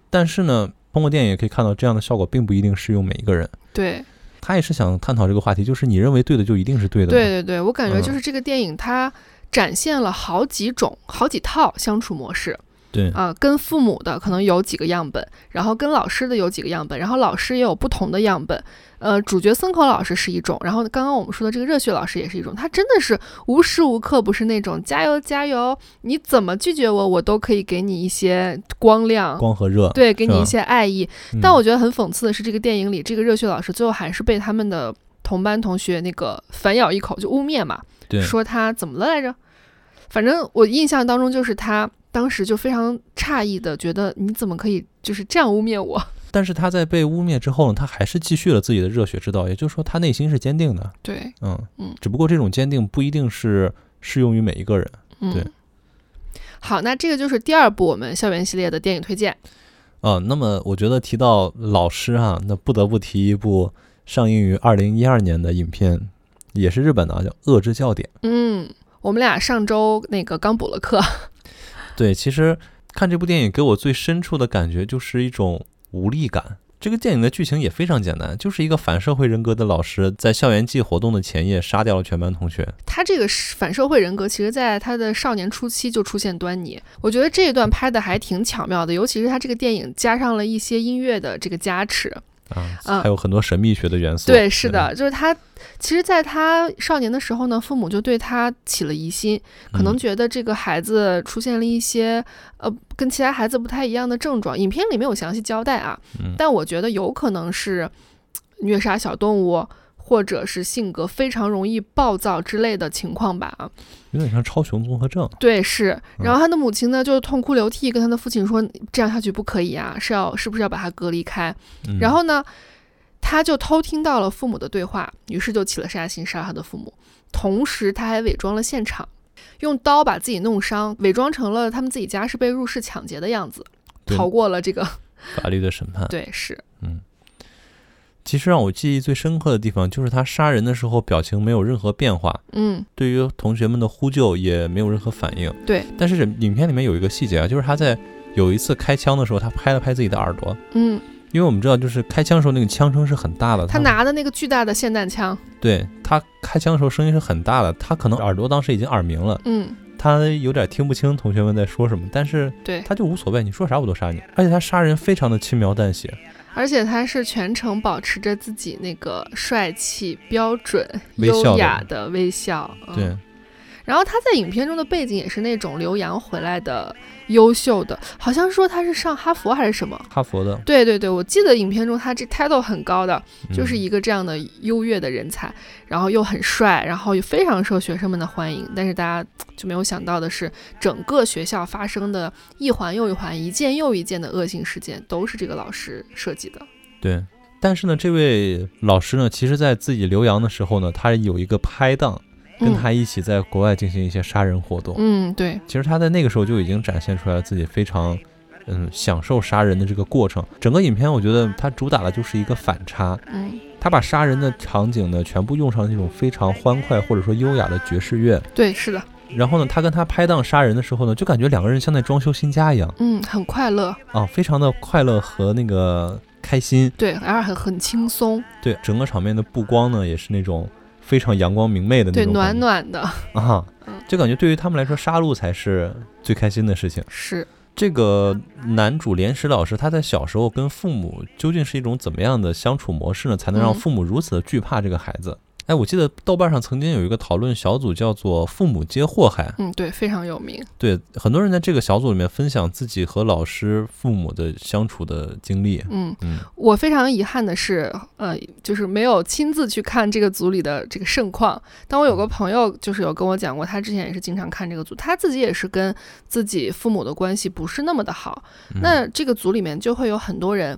Speaker 2: 但是呢，通过电影也可以看到，这样的效果并不一定适用每一个人。
Speaker 1: 对
Speaker 2: 他也是想探讨这个话题，就是你认为对的就一定是对的吗？
Speaker 1: 对对对，我感觉
Speaker 2: 嗯
Speaker 1: 就是这个电影它展现了好几种、好几套相处模式。
Speaker 2: 对
Speaker 1: 啊、跟父母的可能有几个样本，然后跟老师的有几个样本，然后老师也有不同的样本。呃，主角森口老师是一种，然后刚刚我们说的这个热血老师也是一种，他真的是无时无刻不是那种加油加油，你怎么拒绝我，我都可以给你一些光亮，
Speaker 2: 光和热。
Speaker 1: 对，给你
Speaker 2: 是
Speaker 1: 一
Speaker 2: 吧
Speaker 1: 些爱意。
Speaker 2: 嗯
Speaker 1: 但我觉得很讽刺的是，这个电影里这个热血老师最后还是被他们的同班同学那个反咬一口，就污蔑嘛，
Speaker 2: 对
Speaker 1: 说他怎么了来着？反正我印象当中就是他当时就非常诧异的觉得你怎么可以就是这样污蔑我？
Speaker 2: 但是他在被污蔑之后呢，他还是继续了自己的热血之道，也就是说他内心是坚定的。
Speaker 1: 对，
Speaker 2: 嗯
Speaker 1: 嗯
Speaker 2: 只不过这种坚定不一定是适用于每一个人。
Speaker 1: 嗯，
Speaker 2: 对
Speaker 1: 好，那这个就是第二部我们校园系列的电影推荐。
Speaker 2: 啊，那么我觉得提到老师哈、那不得不提一部上映于二零一二年的影片，也是日本的啊，叫《恶之教典
Speaker 1: 嗯，我们俩上周那个刚补了课。》。
Speaker 2: 对，其实看这部电影给我最深处的感觉就是一种无力感，这个电影的剧情也非常简单，就是一个反社会人格的老师在校园季活动的前夜杀掉了全班同学。
Speaker 1: 他这个是反社会人格，其实在他的少年初期就出现端倪。我觉得这一段拍的还挺巧妙的，尤其是他这个电影加上了一些音乐的这个加持。
Speaker 2: 啊，
Speaker 1: 嗯
Speaker 2: 还有很多神秘学的元素。嗯
Speaker 1: 对，是的，就是他，其实，在他少年的时候呢，父母就对他起了疑心，可能
Speaker 2: 嗯
Speaker 1: 觉得这个孩子出现了一些、呃跟其他孩子不太一样的症状。影片里没有详细交代啊，
Speaker 2: 嗯
Speaker 1: 但我觉得有可能是虐杀小动物，或者是性格非常容易暴躁之类的情况吧。啊，
Speaker 2: 有点像超雄综合症。
Speaker 1: 对，是。
Speaker 2: 嗯
Speaker 1: 然后他的母亲呢，就是痛哭流涕，跟他的父亲说：“这样下去不可以啊，是要是不是要把他隔离开？”
Speaker 2: 嗯、
Speaker 1: 然后呢，他就偷听到了父母的对话，于是就起了杀心，杀了他的父母。同时，他还伪装了现场，用刀把自己弄伤，伪装成了他们自己家是被入室抢劫的样子，
Speaker 2: 对
Speaker 1: 逃过了这个。
Speaker 2: 法律的审判。
Speaker 1: 对，是
Speaker 2: 其实让我记忆最深刻的地方就是他杀人的时候表情没有任何变化，
Speaker 1: 嗯，
Speaker 2: 对于同学们的呼救也没有任何反应。
Speaker 1: 对，
Speaker 2: 但是影片里面有一个细节啊，就是他在有一次开枪的时候，他拍了拍自己的耳朵，
Speaker 1: 嗯，
Speaker 2: 因为我们知道就是开枪时候那个枪声是很大的，
Speaker 1: 他拿的那个巨大的霰弹枪，
Speaker 2: 对他开枪的时候声音是很大的，他可能耳朵当时已经耳鸣了，
Speaker 1: 嗯，
Speaker 2: 他有点听不清同学们在说什么，但是
Speaker 1: 对，
Speaker 2: 他就无所谓，你说啥我都杀你，而且他杀人非常的轻描淡写，
Speaker 1: 而且他是全程保持着自己那个帅气、标准、
Speaker 2: 微笑的
Speaker 1: 优雅的微笑。嗯、
Speaker 2: 对，
Speaker 1: 然后他在影片中的背景也是那种留洋回来的优秀的，好像说他是上哈佛还是什么。
Speaker 2: 哈佛的，
Speaker 1: 对对对，我记得影片中他这 title 很高的，
Speaker 2: 嗯
Speaker 1: 就是一个这样的优越的人才，然后又很帅，然后又非常受学生们的欢迎。但是大家就没有想到的是，整个学校发生的一环又一环、一件又一件的恶性事件，都是这个老师设计的。
Speaker 2: 对。但是呢，这位老师呢，其实在自己留洋的时候呢，他有一个拍档，跟
Speaker 1: 嗯
Speaker 2: 他一起在国外进行一些杀人活动。
Speaker 1: 嗯，对，
Speaker 2: 其实他在那个时候就已经展现出来了自己非常，嗯，享受杀人的这个过程。整个影片我觉得它主打的就是一个反差，
Speaker 1: 嗯，
Speaker 2: 他把杀人的场景呢全部用上那种非常欢快或者说优雅的爵士乐。
Speaker 1: 对，是的，
Speaker 2: 然后呢，他跟他拍档杀人的时候呢，就感觉两个人像在装修新家一样
Speaker 1: 嗯，很快乐，
Speaker 2: 啊，非常的快乐和那个开心。
Speaker 1: 对，然后很很轻松，
Speaker 2: 对，整个场面的布光呢也是那种非常阳光明媚的那
Speaker 1: 对，
Speaker 2: 种感
Speaker 1: 暖
Speaker 2: 觉，
Speaker 1: 暖的，
Speaker 2: 啊
Speaker 1: 嗯，
Speaker 2: 就感觉对于他们来说，杀戮才是最开心的事情。
Speaker 1: 是，
Speaker 2: 这个男主连石老师，他在小时候跟父母究竟是一种怎么样的相处模式呢？才能让
Speaker 1: 嗯
Speaker 2: 父母如此的惧怕这个孩子？哎，我记得豆瓣上曾经有一个讨论小组，叫做“父母皆祸害
Speaker 1: 嗯，对，非常有名，”。
Speaker 2: 对，很多人在这个小组里面分享自己和老师、父母的相处的经历。
Speaker 1: 嗯。
Speaker 2: 嗯，
Speaker 1: 我非常遗憾的是，呃，就是没有亲自去看这个组里的这个盛况。但我有个朋友，就是有跟我讲过，他之前也是经常看这个组，他自己也是跟自己父母的关系不是那么的好。
Speaker 2: 嗯
Speaker 1: 那这个组里面就会有很多人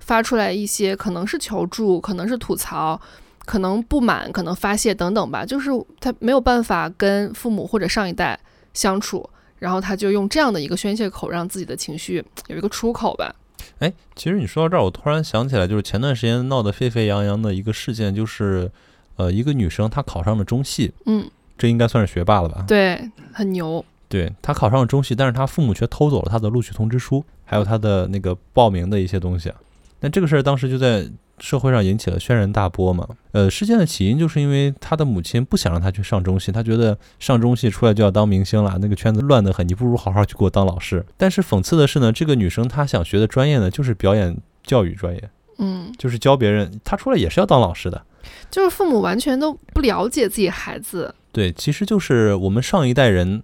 Speaker 1: 发出来一些可能是求助，可能是吐槽。可能不满，可能发泄等等吧，就是他没有办法跟父母或者上一代相处，然后他就用这样的一个宣泄口，让自己的情绪有一个出口吧。
Speaker 2: 哎，其实你说到这儿，我突然想起来，就是前段时间闹得沸沸扬扬的一个事件，就是呃，一个女生她考上了中戏，
Speaker 1: 嗯，
Speaker 2: 这应该算是学霸了吧？
Speaker 1: 对，很牛。
Speaker 2: 对他考上了中戏，但是他父母却偷走了他的录取通知书，还有他的那个报名的一些东西。啊那这个事儿当时就在社会上引起了轩然大波嘛。呃，事件的起因就是因为他的母亲不想让他去上中戏，他觉得上中戏出来就要当明星了，那个圈子乱得很，你不如好好去给我当老师。但是讽刺的是呢，这个女生她想学的专业呢就是表演教育专业，
Speaker 1: 嗯，
Speaker 2: 就是教别人，她出来也是要当老师的。
Speaker 1: 就是父母完全都不了解自己孩子，
Speaker 2: 对，其实就是我们上一代人，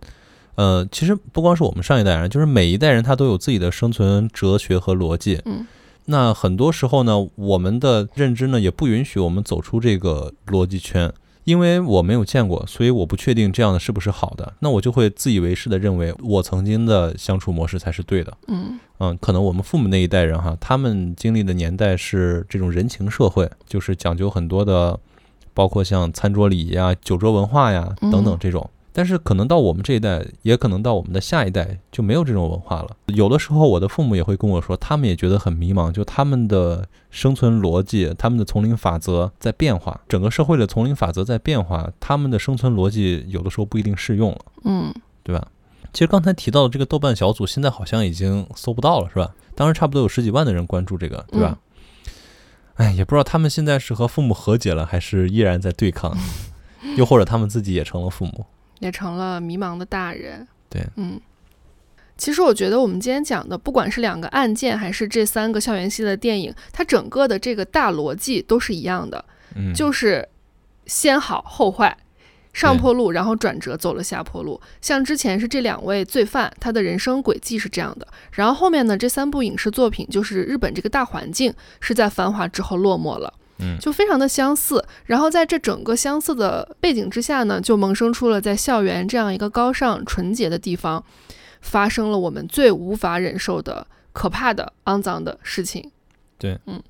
Speaker 2: 呃，其实不光是我们上一代人，就是每一代人他都有自己的生存哲学和逻辑。
Speaker 1: 嗯，
Speaker 2: 那很多时候呢，我们的认知呢也不允许我们走出这个逻辑圈，因为我没有见过，所以我不确定这样的是不是好的。那我就会自以为是的认为我曾经的相处模式才是对的。
Speaker 1: 嗯
Speaker 2: 嗯，可能我们父母那一代人哈，他们经历的年代是这种人情社会，就是讲究很多的，包括像餐桌礼仪啊、酒桌文化呀等等
Speaker 1: 嗯
Speaker 2: 这种。但是可能到我们这一代，也可能到我们的下一代就没有这种文化了。有的时候，我的父母也会跟我说，他们也觉得很迷茫，就他们的生存逻辑、他们的丛林法则在变化，整个社会的丛林法则在变化，他们的生存逻辑有的时候不一定适用了。
Speaker 1: 嗯，
Speaker 2: 对吧？其实刚才提到的
Speaker 1: 嗯
Speaker 2: 这个豆瓣小组，现在好像已经搜不到了，是吧？当时差不多有十几万的人关注这个，对吧？哎，也不知道他们现在是和父母和解了，还是依然在 对抗，又或者他们自己也成了父母。
Speaker 1: 也成了迷茫的大人。
Speaker 2: 对，
Speaker 1: 嗯。其实我觉得我们今天讲的，不管是两个案件，还是这三个校园系的电影，它整个的这个大逻辑都是一样的，
Speaker 2: 嗯，
Speaker 1: 就是先好后坏，上
Speaker 2: 对
Speaker 1: 坡路，然后转折走了下坡路。像之前是这两位罪犯，他的人生轨迹是这样的。然后后面呢，这三部影视作品就是日本这个大环境是在繁华之后落寞了。
Speaker 2: 嗯
Speaker 1: 就非常的相似，然后在这整个相似的背景之下呢，就萌生出了在校园这样一个高尚纯洁的地方，发生了我们最无法忍受的可怕的肮脏的事情。
Speaker 2: 对，
Speaker 1: 嗯，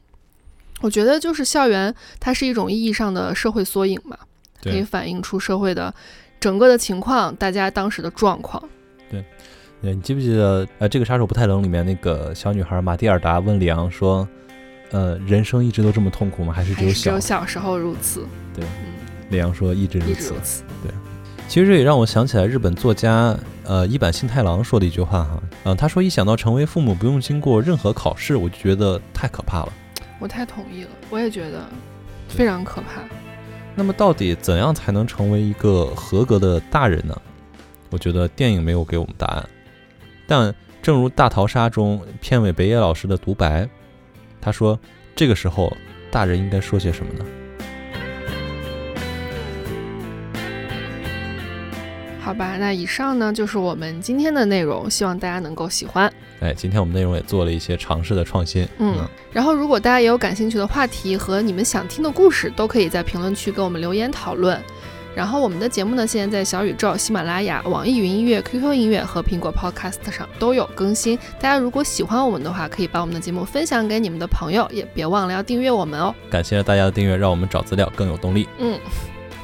Speaker 1: 我觉得就是校园，它是一种意义上的社会缩影嘛，可以
Speaker 2: 对
Speaker 1: 反映出社会的整个的情况，大家当时的状况。
Speaker 2: 呃你记不记得呃，这个杀手不太冷里面那个小女孩玛蒂尔达问里昂说，呃，人生一直都这么痛苦吗？还是只
Speaker 1: 还
Speaker 2: 有
Speaker 1: 是只
Speaker 2: 小
Speaker 1: 有？小时候如此，
Speaker 2: 里昂说一直如
Speaker 1: 一直
Speaker 2: 此
Speaker 1: 如。此。
Speaker 2: 其实这也让我想起来日本作家呃一坂幸太郎说的一句话哈，嗯、他说一想到成为父母不用经过任何考试，我就觉得太可怕了。
Speaker 1: 我太同意了，我也觉得
Speaker 2: 对
Speaker 1: 非常可怕。
Speaker 2: 那么到底怎样才能成为一个合格的大人呢？我觉得电影没有给我们答案，但正如《大逃杀》中片尾北野老师的独白，他说：“这个时候，大人应该说些什么呢
Speaker 1: 好吧，那以上呢就是我们今天的内容，希望大家能够喜欢。？”
Speaker 2: 哎，今天我们内容也做了一些尝试的创新。
Speaker 1: 嗯然后，如果大家也有感兴趣的话题和你们想听的故事，都可以在评论区给我们留言讨论。然后，我们的节目呢，现在在小宇宙、喜马拉雅、网易云音乐、QQ 音乐和苹果 Podcast 上都有更新。大家如果喜欢我们的话，可以把我们的节目分享给你们的朋友，也别忘了要订阅我们哦。
Speaker 2: 感谢大家的订阅，让我们找资料更有动力。
Speaker 1: 嗯，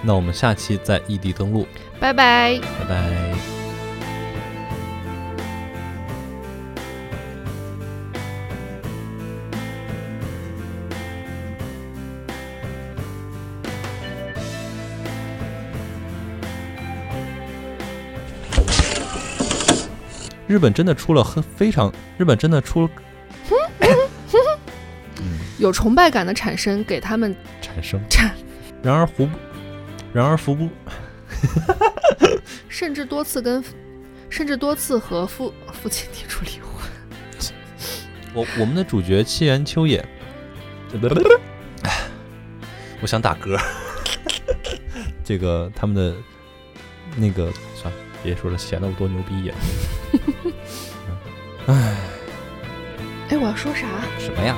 Speaker 2: 那我们下期再异地登录，
Speaker 1: 拜拜。
Speaker 2: 拜拜。日本真的出了很非常，日本真的出了
Speaker 1: 有崇拜感的产生，给他们
Speaker 2: 产生
Speaker 1: 产，
Speaker 2: 然而胡不，然而服不，
Speaker 1: 甚至多次跟，甚至多次和父父亲提出离婚。
Speaker 2: 我我们的主角七原秋野，唉 我想打嗝。 这个他们的那个算了，别说了，显得我多牛逼呀！
Speaker 1: 哎，我要说啥？
Speaker 2: 什么呀？